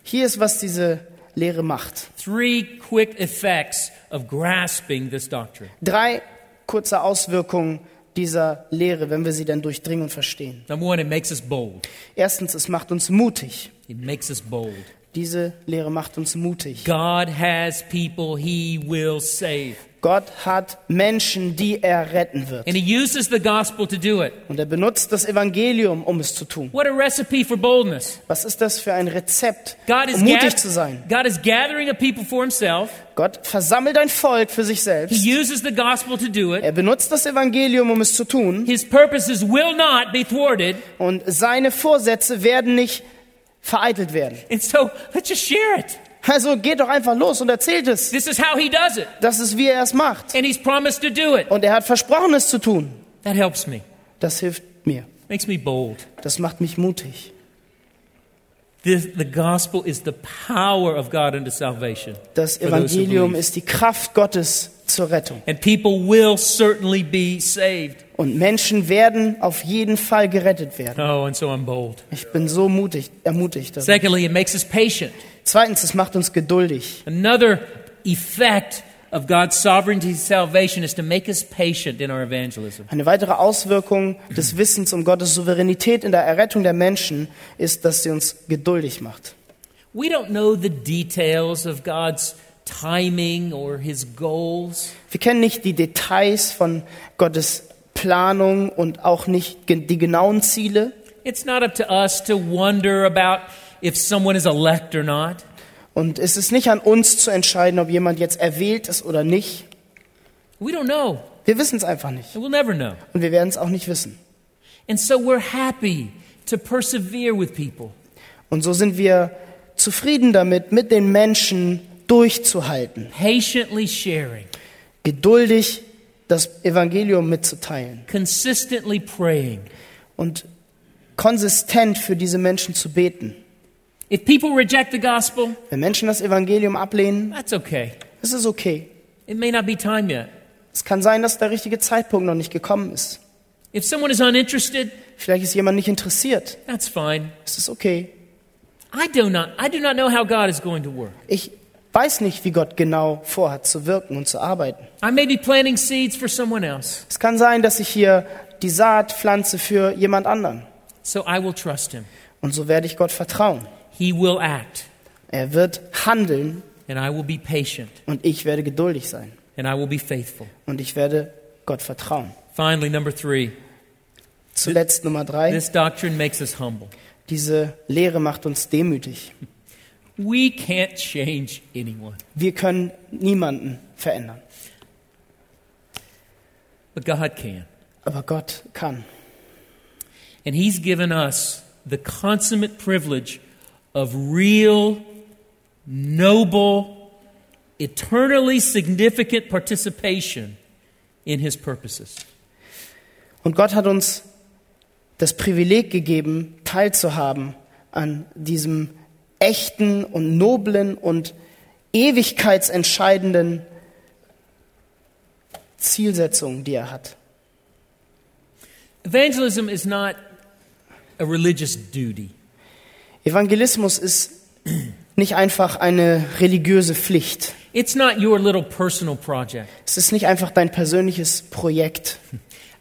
S2: Hier ist, was diese Lehre macht.
S1: three quick effects of grasping this doctrine.
S2: Drei kurze Auswirkungen dieser Lehre, wenn wir sie dann durchdringen und verstehen.
S1: Number one, it makes us bold.
S2: Erstens, es macht uns mutig.
S1: It makes us bold.
S2: Diese Lehre macht uns mutig.
S1: God has people he will save,
S2: Gott hat Menschen, die er retten wird.
S1: and he uses the gospel to do it.
S2: Und er benutzt das Evangelium, um es zu tun.
S1: What a recipe for boldness.
S2: Was ist das für ein Rezept,
S1: God is,
S2: um mutig
S1: gath-
S2: zu sein?
S1: God is gathering a people for himself.
S2: Gott versammelt ein Volk für sich
S1: He
S2: selbst.
S1: uses the gospel to do it.
S2: Er benutzt das Evangelium, um es zu tun.
S1: His purposes will not be thwarted.
S2: Und seine Vorsätze werden nicht vereitelt werden.
S1: And so let's just share it.
S2: Also geht doch einfach los und erzählt es.
S1: This is how he does it.
S2: Das ist, wie er es macht.
S1: And he's promised to do it.
S2: Und er hat versprochen, es zu tun.
S1: That helps me.
S2: Das hilft mir.
S1: Makes me bold.
S2: Das macht mich mutig.
S1: This, the gospel is the power of God unto salvation.
S2: Das
S1: For those who
S2: Evangelium
S1: believe.
S2: ist die Kraft Gottes zur Rettung.
S1: And people will certainly be saved.
S2: Und Menschen werden auf jeden Fall gerettet werden.
S1: Oh, and so I'm bold.
S2: Ich bin so mutig, ermutigt. dadurch.
S1: Secondly, it makes us patient.
S2: Zweitens, es macht uns geduldig.
S1: Another effect of God's sovereignty salvation is to make us patient in our evangelism.
S2: Eine weitere Auswirkung des Wissens um Gottes Souveränität in der Errettung der Menschen ist, dass sie uns geduldig macht.
S1: We don't know the details of God's timing or his goals,
S2: Wir kennen nicht die Details von Gottes Planung und auch nicht gen- die genauen Ziele.
S1: it's not up to us to wonder about if someone is elect or not.
S2: Und es ist nicht an uns zu entscheiden, ob jemand jetzt erwählt ist oder nicht.
S1: We don't know,
S2: Wir wissen es einfach nicht.
S1: and we'll never know.
S2: Und wir werden es auch nicht wissen.
S1: And so we're happy to persevere with people.
S2: Und so sind wir zufrieden damit, mit den Menschen durchzuhalten,
S1: Patiently sharing,
S2: geduldig das Evangelium mitzuteilen
S1: consistently praying.
S2: und konsistent für diese Menschen zu beten.
S1: If people reject the gospel,
S2: Wenn Menschen das Evangelium ablehnen,
S1: that's okay.
S2: ist es okay.
S1: It may not be time yet.
S2: Es kann sein, dass der richtige Zeitpunkt noch nicht gekommen ist.
S1: If someone is uninterested,
S2: Vielleicht ist jemand nicht interessiert.
S1: that's fine.
S2: Es ist okay.
S1: I do not I do not know how God is going to work.
S2: Ich weiß nicht, wie Gott genau vorhat zu wirken und zu arbeiten.
S1: I may be planting seeds for someone else,
S2: Es kann sein, dass ich hier die Saat pflanze für jemand anderen.
S1: so I will trust him.
S2: Und so werde ich Gott vertrauen.
S1: He will act,
S2: Er wird handeln
S1: and I will be patient,
S2: und ich werde geduldig sein.
S1: and I will be faithful.
S2: Und ich werde Gott vertrauen.
S1: Finally, number 3,
S2: Zuletzt Nummer drei.
S1: This doctrine makes us humble.
S2: Diese Lehre macht uns demütig.
S1: We can't change anyone,
S2: Wir können niemanden verändern.
S1: but God can.
S2: Aber Gott kann.
S1: And He's given us the consummate privilege of real, noble, eternally significant participation in His purposes.
S2: Und Gott hat uns das Privileg gegeben, teilzuhaben an diesem echten und noblen und ewigkeitsentscheidenden Zielsetzung, die er hat.
S1: Evangelism is not a religious duty,
S2: Evangelismus ist nicht einfach eine religiöse Pflicht.
S1: it's not your little personal project.
S2: Es ist nicht einfach dein persönliches Projekt.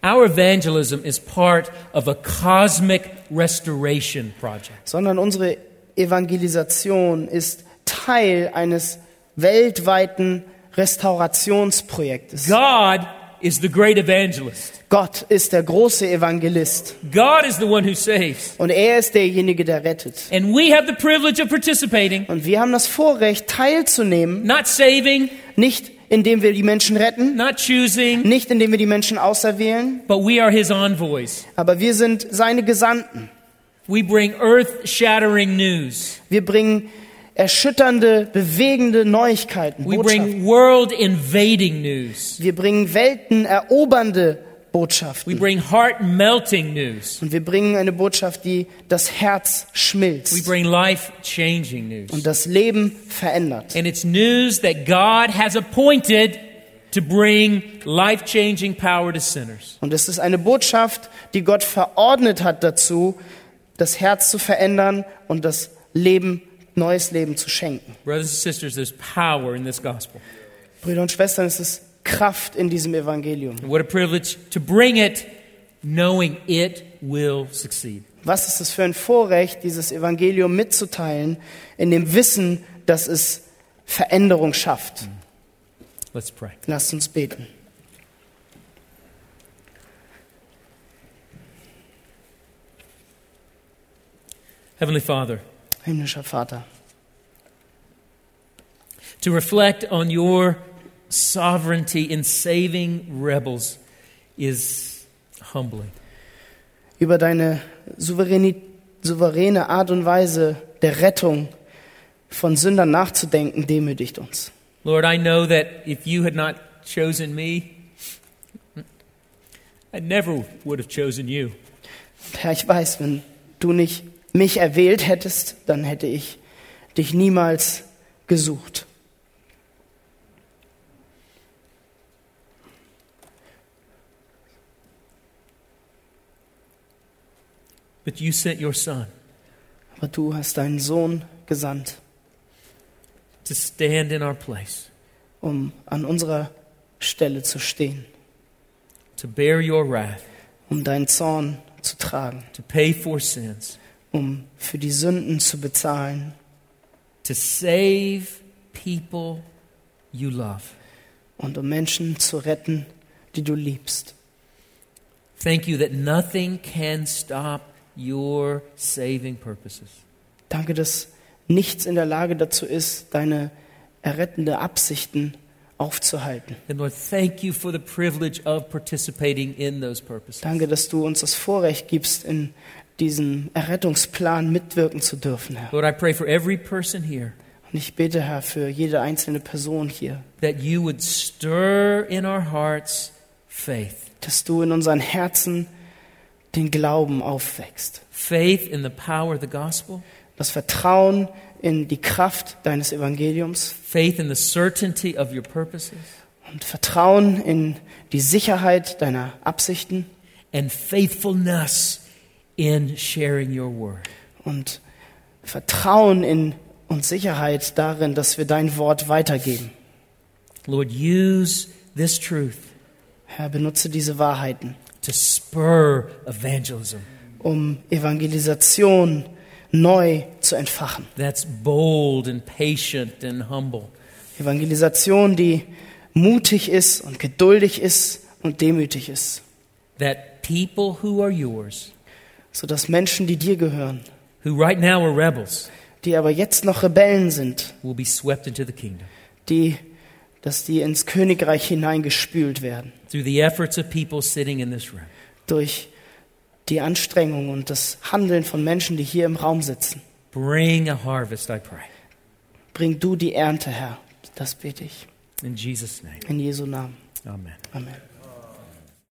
S1: Our evangelism is part of a cosmic restoration project.
S2: sondern unsere Evangelisation ist Teil eines weltweiten Restaurationsprojektes.
S1: God is the great evangelist.
S2: Gott ist der große Evangelist
S1: God is the one who saves.
S2: und er ist derjenige, der rettet.
S1: And we have the privilege of participating,
S2: Und wir haben das Vorrecht, teilzunehmen,
S1: not saving,
S2: nicht indem wir die Menschen retten,
S1: not choosing,
S2: nicht indem wir die Menschen auserwählen,
S1: but we are his envoys.
S2: aber wir sind seine Gesandten.
S1: We bring earth shattering news.
S2: Wir bringen erschütternde, bewegende Neuigkeiten,
S1: We
S2: Botschaften.
S1: bring world invading news.
S2: Wir bringen weltenerobernde
S1: We
S2: Botschaften.
S1: bring heart melting news.
S2: Und wir bringen eine Botschaft, die das Herz
S1: We
S2: schmilzt
S1: bring life changing news.
S2: und das Leben verändert.
S1: And it's news that God has appointed to bring life changing power to sinners.
S2: Und es ist eine Botschaft, die Gott verordnet hat dazu, das Herz zu verändern und das Leben, neues Leben zu schenken.
S1: Brothers and sisters, there's power in this gospel.
S2: Brüder und Schwestern, es ist Kraft in diesem Evangelium.
S1: And what a privilege to bring it, knowing it will succeed.
S2: Was ist es für ein Vorrecht, dieses Evangelium mitzuteilen, in dem Wissen, dass es Veränderung schafft?
S1: Let's pray.
S2: Lasst uns beten.
S1: Heavenly Father,
S2: Himmlischer Vater,
S1: to reflect on your sovereignty in saving rebels is humbling.
S2: über deine souveräni- souveräne Art und Weise der Rettung von Sündern nachzudenken, demütigt uns.
S1: Lord, I know that if you had not chosen me, I never would have chosen you.
S2: Herr, ich weiß, wenn du nicht mich erwählt hättest, dann hätte ich dich niemals gesucht.
S1: But you sent your son
S2: Aber du hast deinen Sohn gesandt,
S1: to stand in our place,
S2: um an unserer Stelle zu stehen,
S1: to bear your wrath,
S2: um deinen Zorn zu tragen,
S1: to pay for sins,
S2: um für die Sünden zu bezahlen,
S1: to save people you love.
S2: und um Menschen zu retten, die du liebst.
S1: Thank you that nothing can stop your saving purposes.
S2: Danke, dass nichts in der Lage dazu ist, deine errettende Absichten aufzuhalten.
S1: And Lord, thank you for the privilege of participating in those purposes.
S2: Danke, dass du uns das Vorrecht gibst, in diesem Errettungsplan mitwirken zu dürfen, Herr.
S1: Lord, I pray for every person here
S2: Und ich bete, Herr, für jede einzelne Person hier,
S1: that you would stir in our hearts faith,
S2: dass du in unseren Herzen den Glauben aufwächst,
S1: faith in the power of the gospel,
S2: das Vertrauen in die Kraft deines Evangeliums
S1: faith in the certainty of your purposes,
S2: und Vertrauen in die Sicherheit deiner Absichten
S1: and faithfulness in sharing your word.
S2: und Vertrauen in und Sicherheit darin, dass wir dein Wort weitergeben.
S1: Lord, use this truth
S2: Herr, benutze diese Wahrheiten,
S1: to spur evangelism
S2: um Evangelisation neu zu entfachen.
S1: that's bold and patient and humble.
S2: Evangelisation, die mutig ist und geduldig ist und demütig ist.
S1: that people who are yours,
S2: sodass Menschen, die dir gehören,
S1: who right now are rebels,
S2: die aber jetzt noch Rebellen sind,
S1: will be swept into the kingdom.
S2: die, dass die ins Königreich hineingespült werden
S1: Through the efforts of people sitting in this room,
S2: durch die Anstrengung und das Handeln von Menschen, die hier im Raum sitzen.
S1: bring a harvest, I pray.
S2: Bring du die Ernte, Herr. Das bete ich.
S1: In Jesus' name,
S2: In Jesu Namen.
S1: amen.
S2: Amen.